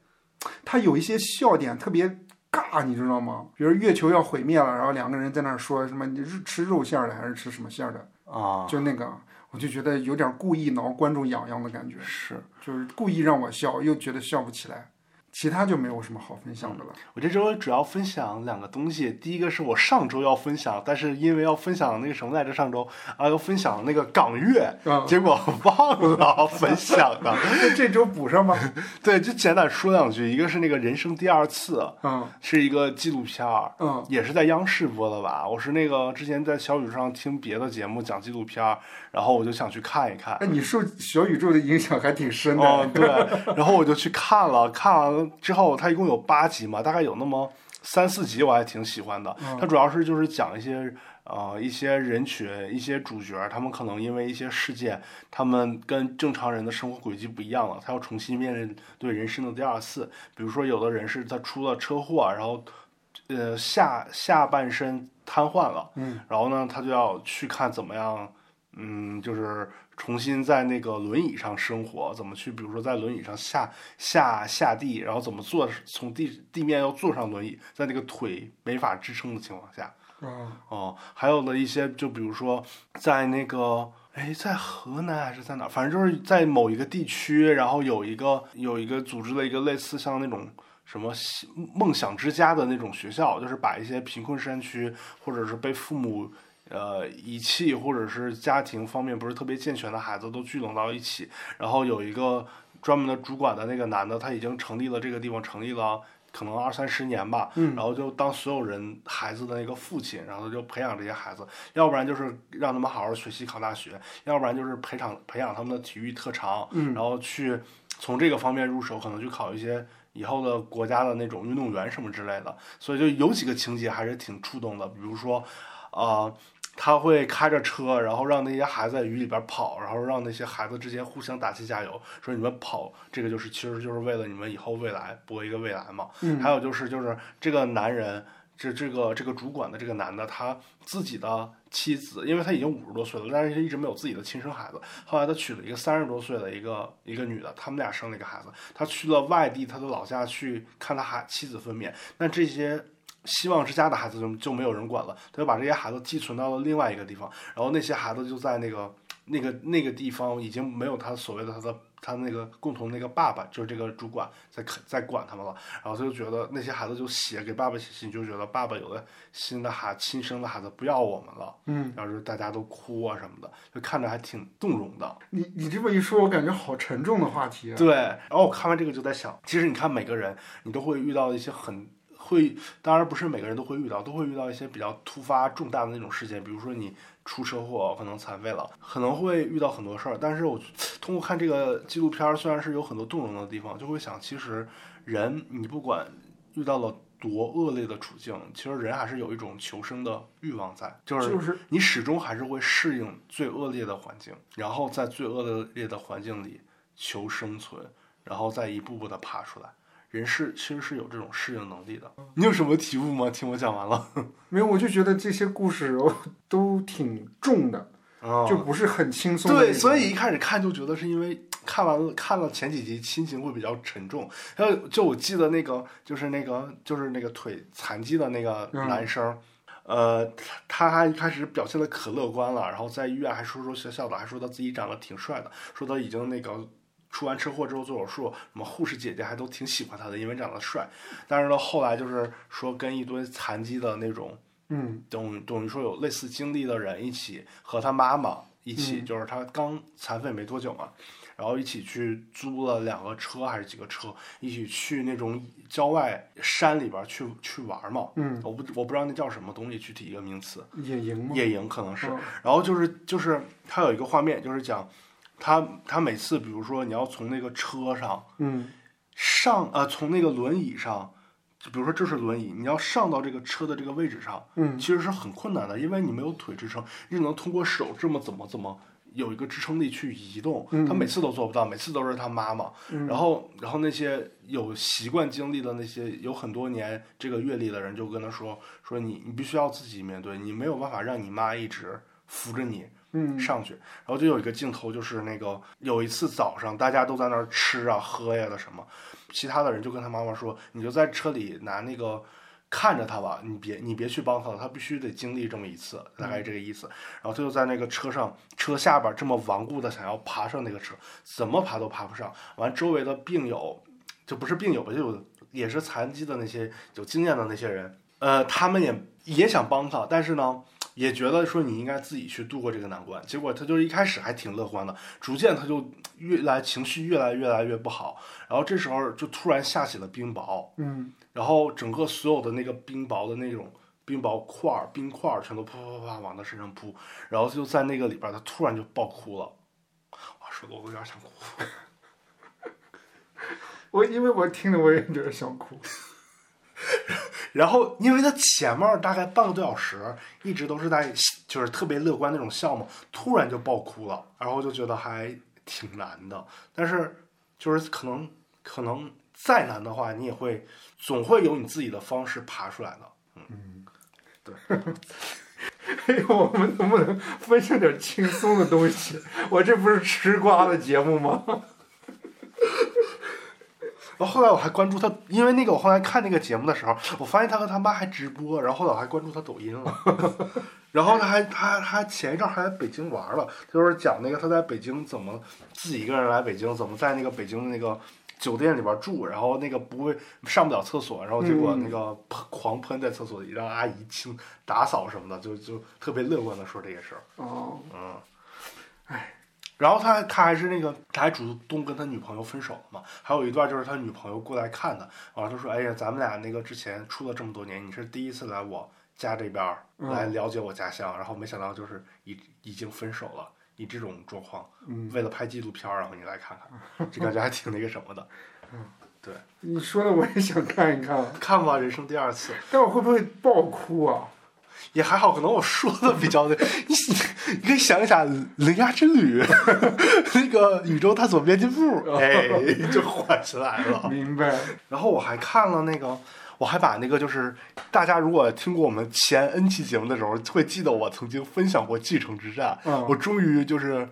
[SPEAKER 1] 他有一些笑点特别尬，你知道吗？比如月球要毁灭了，然后两个人在那儿说什么你是吃肉馅儿的还是吃什么馅儿的，
[SPEAKER 2] 啊，
[SPEAKER 1] 就那个，我就觉得有点故意挠观众痒痒的感觉，
[SPEAKER 2] 是。
[SPEAKER 1] 就是故意让我笑，又觉得笑不起来。其他就没有什么好分享的了。
[SPEAKER 2] 我这周主要分享两个东西，第一个是我上周要分享，但是因为要分享那个什么来着，上周啊要分享那个港乐，
[SPEAKER 1] 啊、
[SPEAKER 2] 结果忘了分享的。
[SPEAKER 1] 这这周补上吧。
[SPEAKER 2] 对，就简单说两句，一个是那个人生第二次，
[SPEAKER 1] 嗯
[SPEAKER 2] 是一个纪录片儿，
[SPEAKER 1] 嗯
[SPEAKER 2] 也是在央视播的吧？我是那个之前在小宇宙上听别的节目讲纪录片儿，然后我就想去看一看
[SPEAKER 1] 哎，。你受小宇宙的影响还挺深的。
[SPEAKER 2] 哦，对， 然后我就去看了，看完了之后，它一共有八集嘛，大概有那么三四集，我还挺喜欢的。它主要是就是讲一些呃一些人群、一些主角，他们可能因为一些事件，他们跟正常人的生活轨迹不一样了，他要重新面对人生的第二次。比如说，有的人是他出了车祸，然后呃下下半身瘫痪了，
[SPEAKER 1] 嗯，
[SPEAKER 2] 然后呢，他就要去看怎么样，嗯，就是重新在那个轮椅上生活，怎么去，比如说在轮椅上下下下地，然后怎么坐，从地地面要坐上轮椅，在那个腿没法支撑的情况下，
[SPEAKER 1] 嗯
[SPEAKER 2] 哦、还有的一些，就比如说在那个。哎，在河南还是在哪儿？反正就是在某一个地区，然后有一个有一个组织了一个类似像那种什么希梦想之家的那种学校，就是把一些贫困山区或者是被父母呃遗弃或者是家庭方面不是特别健全的孩子都聚拢到一起，然后有一个专门的主管的那个男的，他已经成立了这个地方，成立了。可能二三十年吧，
[SPEAKER 1] 嗯
[SPEAKER 2] 然后就当所有人孩子的那个父亲，然后就培养这些孩子，要不然就是让他们好好学习考大学，要不然就是培养培养他们的体育特长，
[SPEAKER 1] 嗯
[SPEAKER 2] 然后去从这个方面入手，可能去考一些以后的国家的那种运动员什么之类的。所以就有几个情节还是挺触动的，比如说，呃，他会开着车，然后让那些孩子在雨里边跑，然后让那些孩子之间互相打气加油，说你们跑，这个就是其实就是为了你们以后未来搏一个未来嘛。还有就是就是这个男人，这这个这个主管的这个男的，他自己的妻子，因为他已经五十多岁了，但是一直没有自己的亲生孩子。后来他娶了一个三十多岁的一个一个女的，他们俩生了一个孩子。他去了外地，他的老家去看他孩妻子分娩。那这些希望之家的孩子就就没有人管了，他就把这些孩子寄存到了另外一个地方，然后那些孩子就在那个那个那个地方已经没有他所谓的他的他那个共同那个爸爸，就是这个主管在在管他们了，然后他就觉得那些孩子就写给爸爸写信，就觉得爸爸有的新的孩亲生的孩子不要我们了，嗯，然后就大家都哭啊什么的，就看着还挺动容的，
[SPEAKER 1] 你你这么一说，我感觉好沉重的话题啊。
[SPEAKER 2] 对，然后我看完这个就在想，其实你看每个人，你都会遇到一些很会，当然不是每个人都会遇到，都会遇到一些比较突发重大的那种事件，比如说你出车祸，可能残废了，可能会遇到很多事儿。但是我通过看这个纪录片儿，虽然是有很多动容的地方，就会想，其实人你不管遇到了。多恶劣的处境，其实人还是有一种求生的欲望在，就是
[SPEAKER 1] 就是
[SPEAKER 2] 你始终还是会适应最恶劣的环境，然后在最恶劣的环境里求生存，然后再一步步的爬出来。人是其实是有这种适应能力的。你有什么体悟吗？听我讲完了。
[SPEAKER 1] 没有，我就觉得这些故事哦都挺重的，
[SPEAKER 2] 啊
[SPEAKER 1] 就不是很轻松的那
[SPEAKER 2] 对，
[SPEAKER 1] 种
[SPEAKER 2] 所以一开始看就觉得是因为看完了看了前几集，心情会比较沉重。还有，就我记得那个就是那个就是那个腿残疾的那个
[SPEAKER 1] 嗯
[SPEAKER 2] 男生。呃，他他还一开始表现的可乐观了，然后在医院还说说笑笑的，还说他自己长得挺帅的，说他已经那个出完车祸之后做手术，什么护士姐姐还都挺喜欢他的，因为长得帅。但是呢，后来就是说跟一堆残疾的那种
[SPEAKER 1] 嗯
[SPEAKER 2] 等于等于说有类似经历的人一起和他妈妈一起，
[SPEAKER 1] 嗯
[SPEAKER 2] 就是他刚残废没多久嘛，然后一起去租了两个车还是几个车，一起去那种郊外山里边儿去去玩儿嘛。
[SPEAKER 1] 嗯，
[SPEAKER 2] 我不我不知道那叫什么东西，具体一个名词，
[SPEAKER 1] 野营吗？
[SPEAKER 2] 野营可能是。
[SPEAKER 1] 嗯
[SPEAKER 2] 然后就是就是他有一个画面，就是讲他他每次比如说你要从那个车上
[SPEAKER 1] 嗯
[SPEAKER 2] 上呃从那个轮椅上，就比如说这是轮椅，你要上到这个车的这个位置上。
[SPEAKER 1] 嗯
[SPEAKER 2] 其实是很困难的，因为你没有腿支撑，你只能通过手这么怎么怎么有一个支撑力去移动。他每次都做不到，每次都是他妈妈。然后，然后那些有习惯经历的那些有很多年这个阅历的人，就跟他说说你你必须要自己面对，你没有办法让你妈一直扶着你。
[SPEAKER 1] 嗯
[SPEAKER 2] 上去，然后就有一个镜头，就是那个有一次早上，大家都在那儿吃啊、喝呀的什么，其他的人就跟他妈妈说，你就在车里拿那个看着他吧，你别你别去帮他了，他必须得经历这么一次，大概这个意思。然后他就在那个车上车下边这么顽固的想要爬上那个车，怎么爬都爬不上。完，周围的病友就不是病友吧，就有也是残疾的那些有经验的那些人，呃，他们也也想帮他，但是呢。也觉得说你应该自己去度过这个难关，结果他就是一开始还挺乐观的，逐渐他就越来情绪越来越来越不好，然后这时候就突然下起了冰雹，
[SPEAKER 1] 嗯
[SPEAKER 2] 然后整个所有的那个冰雹的那种冰雹块儿、冰块儿全都啪啪啪啪往他身上扑，然后就在那个里边儿，他突然就爆哭了。哇，说的我都有点想哭。
[SPEAKER 1] 我因为我听了我也有点想哭。
[SPEAKER 2] 然后，因为他前面大概半个多小时一直都是在就是特别乐观那种笑嘛，突然就爆哭了，然后就觉得还挺难的。但是就是可能可能再难的话，你也会总会有你自己的方式爬出来的。
[SPEAKER 1] 哎呦，我们能不能分享点轻松的东西？ 我这不是吃瓜的节目 吗？
[SPEAKER 2] 然后后来我还关注他，因为那个我后来看那个节目的时候，我发现他和他妈还直播，然后后来我还关注他抖音了。 然后他还他他前一阵儿还在北京玩了，他就是讲那个他在北京怎么自己一个人来北京，怎么在那个北京的那个酒店里边住，然后那个不会上不了厕所，然后结果那个喷狂喷在厕所里，让阿姨清打扫什么的，就就特别乐观的说这些事儿。
[SPEAKER 1] 哦，
[SPEAKER 2] 嗯哎然后他他还是那个，他还主动跟他女朋友分手了嘛。还有一段就是他女朋友过来看他，然后他说：“哎呀，咱们俩那个之前处了这么多年，你是第一次来我家这边儿
[SPEAKER 1] 嗯
[SPEAKER 2] 来了解我家乡，然后没想到就是已已经分手了，以这种状况，
[SPEAKER 1] 嗯，
[SPEAKER 2] 为了拍纪录片儿，然后你来看看，这感觉还挺那个什么的。
[SPEAKER 1] 你说的我也想看一看，
[SPEAKER 2] 看吧，人生第二次，
[SPEAKER 1] 但我会不会爆哭啊？
[SPEAKER 2] 也还好，可能我说的比较的，你你可以想一想《铃芽之旅》 那个宇宙探索编辑部， 哎，就缓起来了。
[SPEAKER 1] 明白。
[SPEAKER 2] 然后我还看了那个，我还把那个就是大家如果听过我们前 N 期节目的时候，会记得我曾经分享过《继承之战》
[SPEAKER 1] 嗯
[SPEAKER 2] 我终于就是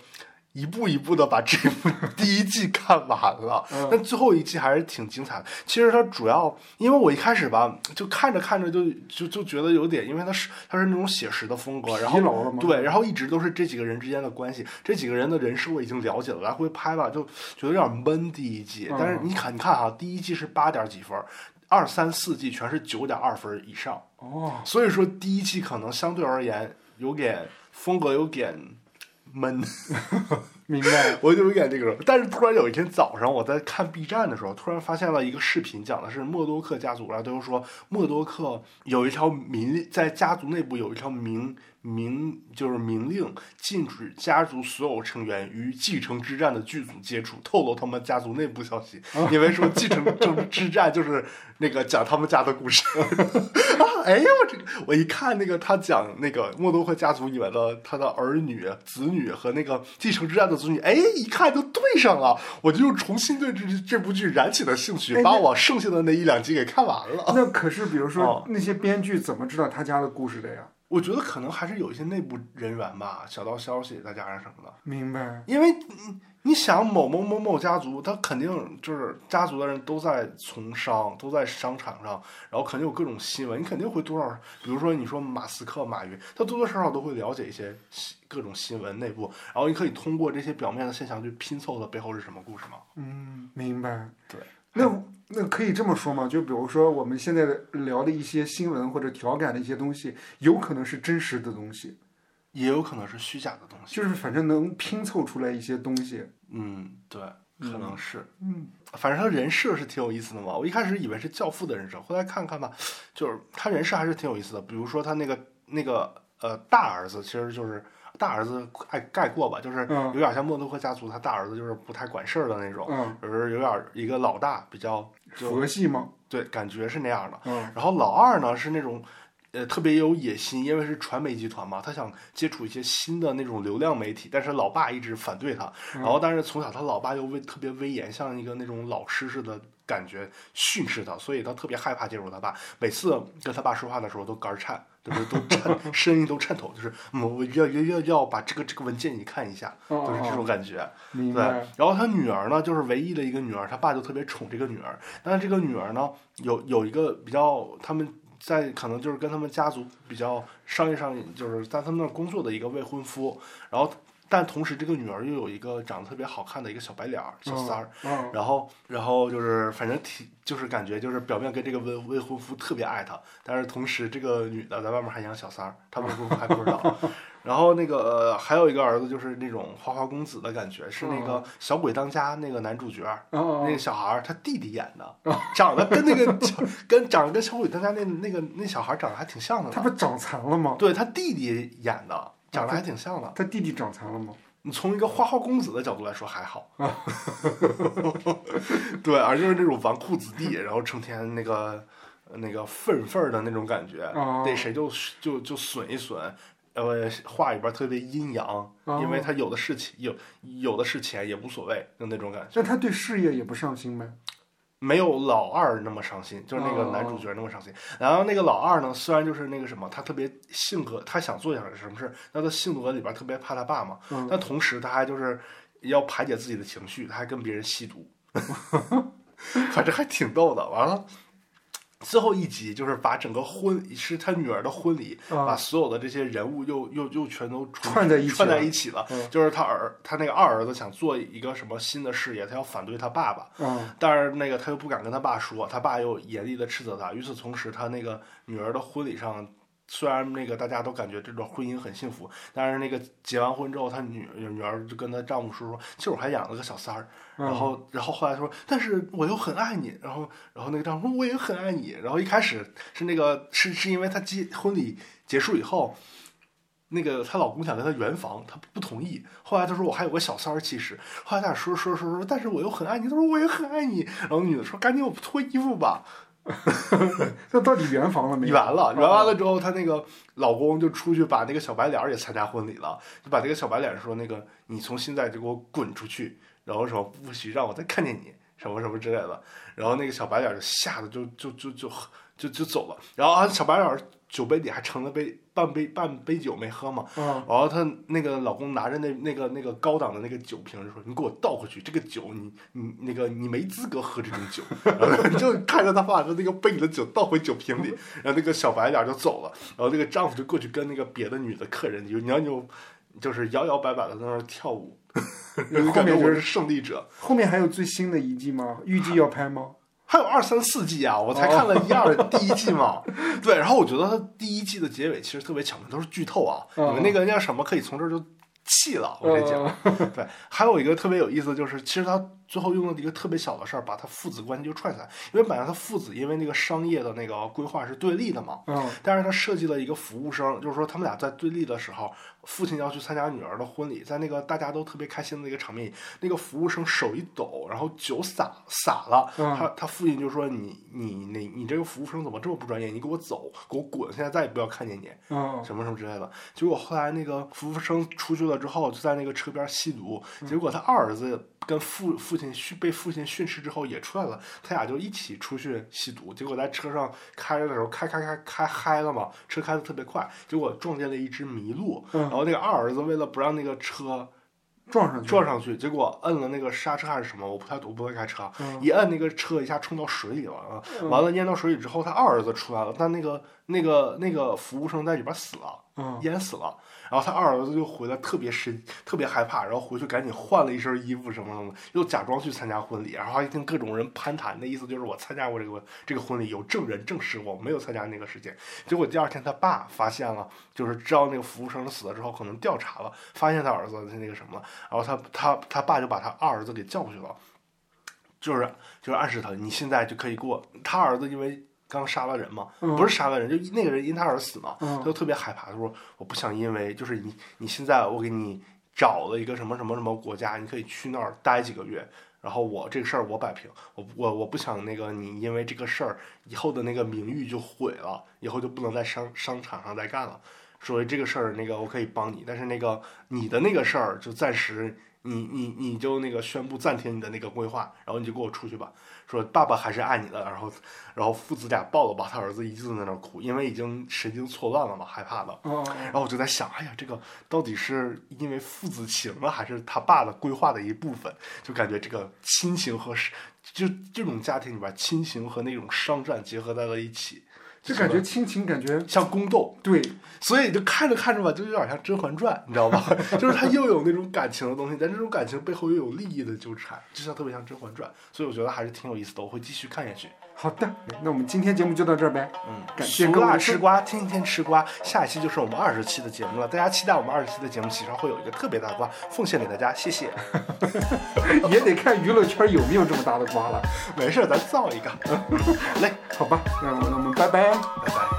[SPEAKER 2] 一步一步的把这部 第一季看完了，
[SPEAKER 1] 嗯
[SPEAKER 2] 但最后一季还是挺精彩的。其实它主要，因为我一开始吧，就看着看着就就就觉得有点，因为它是它是那种写实的风格，然后
[SPEAKER 1] 疲劳了吗
[SPEAKER 2] 对，然后一直都是这几个人之间的关系，这几个人的人设我已经了解了，来回拍吧，就觉得有点闷。第一季，但是
[SPEAKER 1] 嗯
[SPEAKER 2] 你看，你看啊，第一季是八点几分，二三四季全是九点二分以上，
[SPEAKER 1] 哦，
[SPEAKER 2] 所以说第一季可能相对而言有点风格有点闷，
[SPEAKER 1] 明 白了。
[SPEAKER 2] 我就有点这个。但是突然有一天早上，我在看 B 站的时候，突然发现了一个视频，讲的是默多克家族，然后都说默多克有一条民在家族内部有一条明明就是明令，禁止家族所有成员与继承之战的剧组接触，透露他们家族内部消息，
[SPEAKER 1] 啊
[SPEAKER 2] 因为说继承之战就是那个讲他们家的故事。 啊，哎呦，我这个我一看那个他讲那个默多克家族里面的他的儿女、子女和那个继承之战的子女，哎，一看就对上了，我就又重新对这这部剧燃起了兴
[SPEAKER 1] 哎
[SPEAKER 2] 趣，把
[SPEAKER 1] 那
[SPEAKER 2] 我剩下的那一两集给看完了。
[SPEAKER 1] 那可是，比如说
[SPEAKER 2] 哦
[SPEAKER 1] 那些编剧怎么知道他家的故事的呀？
[SPEAKER 2] 我觉得可能还是有一些内部人员吧，小道消息再加上什么的，
[SPEAKER 1] 明白。
[SPEAKER 2] 因为你你想某某某某家族，他肯定就是家族的人都在从商，都在商场上，然后肯定有各种新闻，你肯定会多少，比如说你说马斯克、马云，他多多少少都会了解一些新各种新闻内部，然后你可以通过这些表面的现象去拼凑它背后是什么故事嘛。
[SPEAKER 1] 嗯，明白。
[SPEAKER 2] 对，
[SPEAKER 1] 那那可以这么说吗？就比如说我们现在聊的一些新闻或者调侃的一些东西，有可能是真实的东西，
[SPEAKER 2] 也有可能是虚假的东西。
[SPEAKER 1] 就是反正能拼凑出来一些东西。
[SPEAKER 2] 嗯，对，可能是。
[SPEAKER 1] 嗯，
[SPEAKER 2] 反正他人设是挺有意思的嘛。我一开始以为是教父的人设，后来看看吧，就是他人设还是挺有意思的。比如说他那个那个呃大儿子，其实就是大儿子概概括吧，就是
[SPEAKER 1] 嗯
[SPEAKER 2] 有点像默多克家族，他大儿子就是不太管事儿的那种，
[SPEAKER 1] 嗯，
[SPEAKER 2] 就是有点一个老大比较就
[SPEAKER 1] 佛系吗？
[SPEAKER 2] 对，感觉是那样的。
[SPEAKER 1] 嗯，
[SPEAKER 2] 然后老二呢是那种，呃，特别有野心，因为是传媒集团嘛，他想接触一些新的那种流量媒体，但是老爸一直反对他。然后，但是从小他老爸又威特别威严，像一个那种老师似的感觉训斥他，所以他特别害怕接触他爸。每次跟他爸说话的时候都肝儿颤，就是都颤，声音都颤抖，就是嗯，我要要要要把这个这个文件你看一下，
[SPEAKER 1] 哦
[SPEAKER 2] 就是这
[SPEAKER 1] 哦
[SPEAKER 2] 种感觉。
[SPEAKER 1] 明
[SPEAKER 2] 对
[SPEAKER 1] 白。，
[SPEAKER 2] 然后他女儿呢，就是唯一的一个女儿，他爸就特别宠这个女儿。但是这个女儿呢，有有一个比较，他们在可能就是跟他们家族比较商业上，就是在他们那儿工作的一个未婚夫。然后，但同时这个女儿又有一个长得特别好看的一个小白脸儿小三儿。
[SPEAKER 1] 嗯，
[SPEAKER 2] 然后，然后就是反正挺，就是感觉就是表面跟这个未未婚夫特别爱他，但是同时这个女的在外面还养小三儿，他未婚夫还不知道。 然后那个、呃、还有一个儿子就是那种花花公子的感觉，是那个《小鬼当家》那个男主角，
[SPEAKER 1] 嗯嗯
[SPEAKER 2] 那个小孩儿他弟弟演
[SPEAKER 1] 哦
[SPEAKER 2] 的，长得跟那个小 跟长得跟《小鬼当家》那那个那小孩儿长得还挺像的
[SPEAKER 1] 哦他
[SPEAKER 2] 呢，
[SPEAKER 1] 不长残了吗？
[SPEAKER 2] 对他弟弟演的，长得还挺像的。
[SPEAKER 1] 他弟弟长残了吗？
[SPEAKER 2] 你从一个花花公子的角度来说还好，对，而就是那种纨绔子弟，然后成天那个那个愤愤儿的那种感觉，
[SPEAKER 1] 哦
[SPEAKER 2] 对谁就就就损一损，呃，话里边特别阴阳，
[SPEAKER 1] 哦
[SPEAKER 2] 因为他有的是钱，有有的是钱也无所谓的那种感觉，
[SPEAKER 1] 那他对事业也不上心呗？
[SPEAKER 2] 没有老二那么伤心，就是那个男主角那么伤心。然后那个老二呢，虽然就是那个什么，他特别性格，他想做点什么事儿，但他性格里边特别怕他爸嘛。
[SPEAKER 1] 嗯
[SPEAKER 2] 但同时他还就是要排解自己的情绪，他还跟别人吸毒， 反正还挺逗的。完了。最后一集就是把整个婚是他女儿的婚礼，把
[SPEAKER 1] 啊，
[SPEAKER 2] 所有的这些人物又又又全都重
[SPEAKER 1] 串在一起
[SPEAKER 2] 串在
[SPEAKER 1] 了
[SPEAKER 2] 一起了。
[SPEAKER 1] 嗯
[SPEAKER 2] 就是他儿他那个二儿子想做一个什么新的事业，他要反对他爸爸，
[SPEAKER 1] 嗯，
[SPEAKER 2] 但是那个他又不敢跟他爸说，他爸又严厉的斥责他。与此同时，他那个女儿的婚礼上，虽然那个大家都感觉这段婚姻很幸福，但是那个结完婚之后，他女女儿就跟她丈夫说说，其实我还养了个小三儿，
[SPEAKER 1] 哦
[SPEAKER 2] 然后然后后来说，但是我又很爱你，然后然后那个丈夫说我也很爱你，然后一开始是那个是是因为他结婚礼结束以后。那个她老公想跟她圆房，她不同意。后来她说我还有个小三儿，其实后来在那说说说说，但是我又很爱你。她说我也很爱你。然后女的说赶紧我脱衣服吧。
[SPEAKER 1] 那到底圆房了没
[SPEAKER 2] 你
[SPEAKER 1] 有？啊
[SPEAKER 2] 完了，圆完了之后，她那个老公就出去把那个小白脸儿也参加婚礼了，就把那个小白脸说那个你从现在就给我滚出去，然后什么不许让我再看见你，什么什么之类的。然后那个小白脸儿就吓得就就就就就就走了。然后啊，小白脸儿酒杯里还盛了杯半杯半杯酒没喝嘛，
[SPEAKER 1] 啊，
[SPEAKER 2] 然后她那个老公拿着那那个那个高档的那个酒瓶，就说：“你给我倒回去，这个酒你你那个你没资格喝这种 酒。”然后就看着她 把那个杯里的酒倒回酒瓶里，然后那个小白脸就走了，然后那个丈夫就过去跟那个别的女的客人，就然后就就是摇摇摆摆的在那儿 跳舞，
[SPEAKER 1] 然后
[SPEAKER 2] 感觉
[SPEAKER 1] 面就
[SPEAKER 2] 我
[SPEAKER 1] 是
[SPEAKER 2] 是胜利者。
[SPEAKER 1] 后面还有最新的一季吗？预计
[SPEAKER 2] 啊
[SPEAKER 1] 要拍吗？
[SPEAKER 2] 还有二三四季啊，
[SPEAKER 1] 哦
[SPEAKER 2] 我才看了一二的第一季嘛。对，然后我觉得它第一季的结尾其实特别巧妙，都是剧透啊。
[SPEAKER 1] 嗯
[SPEAKER 2] 你们那个叫什么可以从这儿就弃了，
[SPEAKER 1] 哦
[SPEAKER 2] 我跟你讲。对，还有一个特别有意思的就是，其实他最后用了一个特别小的事儿，把他父子关系就串起来，因为本来他父子因为那个商业的那个规划是对立的嘛。
[SPEAKER 1] 嗯，
[SPEAKER 2] 但是他设计了一个服务生，就是说他们俩在对立的时候，父亲要去参加女儿的婚礼，在那个大家都特别开心的一个场面里，那个服务生手一抖，然后酒洒洒了，
[SPEAKER 1] 嗯
[SPEAKER 2] 他他父亲就说你你你你这个服务生怎么这么不专业？你给我走，给我滚！现在再也不要看见你。
[SPEAKER 1] 嗯，
[SPEAKER 2] 什么什么之类的。结果后来那个服务生出去了之后，就在那个车边吸毒。
[SPEAKER 1] 嗯
[SPEAKER 2] 结果他二儿子跟父父亲训被父亲训斥之后也出来了，他俩就一起出去吸毒。结果在车上开着的时候，开开开开嗨了嘛，车开的特别快，结果撞见了一只麋鹿。
[SPEAKER 1] 嗯
[SPEAKER 2] 然后那个二儿子为了不让那个车
[SPEAKER 1] 撞上去了，
[SPEAKER 2] 撞上去，结果摁了那个刹车还是什么，我不太我不会开车，啊
[SPEAKER 1] 嗯
[SPEAKER 2] 一摁那个车一下冲到水里了啊！
[SPEAKER 1] 嗯
[SPEAKER 2] 完了淹到水里之后，他二儿子出来了，但那个那个那个服务生在里边死了。
[SPEAKER 1] 嗯，
[SPEAKER 2] 淹死了。然后他二儿子就回来特别生，特别害怕，然后回去赶紧换了一身衣服什么什么，又假装去参加婚礼，然后还跟各种人攀谈，那意思就是我参加过这个这个婚礼，有证人证实我没有参加那个事情。结果第二天他爸发现了，就是知道那个服务生死了之后，可能调查了，发现他儿子那个什么了，然后他他他爸就把他二儿子给叫过去了。就是就是暗示他，你现在就可以给我。他儿子因为刚杀了人嘛，
[SPEAKER 1] 嗯
[SPEAKER 2] 不是杀了人，就那个人因他而死嘛，
[SPEAKER 1] 嗯
[SPEAKER 2] 他就特别害怕，他说我不想因为就是你你现在我给你找了一个什么什么什么国家，你可以去那儿待几个月。然后我这个事儿我摆平，我我我不想那个你因为这个事儿以后的那个名誉就毁了，以后就不能在商商场上再干了。所以这个事儿那个我可以帮你，但是那个你的那个事儿就暂时你你你就那个宣布暂停你的那个规划，然后你就给我出去吧。说爸爸还是爱你的，然后然后父子俩抱了抱他儿子，一直在那儿哭，因为已经神经错乱了嘛，害怕了。
[SPEAKER 1] 嗯，
[SPEAKER 2] 然后我就在想，哎呀，这个到底是因为父子情啊，还是他爸的规划的一部分？就感觉这个亲情和是就这种家庭里边，亲情和那种商战结合在了一起，
[SPEAKER 1] 就感觉亲情，感觉
[SPEAKER 2] 像宫斗。
[SPEAKER 1] 对，
[SPEAKER 2] 所以就看着看着吧，就有点像《甄嬛传》，你知道吧？ 就是它又有那种感情的东西，但这种感情背后又有利益的纠缠，就像特别像《甄嬛传》，所以我觉得还是挺有意思的，我会继续看下去。
[SPEAKER 1] 好的，那我们今天节目就到这儿呗。
[SPEAKER 2] 嗯，
[SPEAKER 1] 感谢各
[SPEAKER 2] 熟
[SPEAKER 1] 位
[SPEAKER 2] 辣
[SPEAKER 1] 的
[SPEAKER 2] 吃
[SPEAKER 1] 收
[SPEAKER 2] 瓜，天天吃瓜。下一期就是我们二十期的节目了，大家期待我们二十期的节目，其实会有一个特别大的瓜奉献给大家，谢谢。
[SPEAKER 1] 也得看娱乐圈有没有这么大的瓜了，
[SPEAKER 2] 没事儿，咱造一个，嗯，来，
[SPEAKER 1] 好吧？那我那我们拜拜。啊
[SPEAKER 2] 拜拜。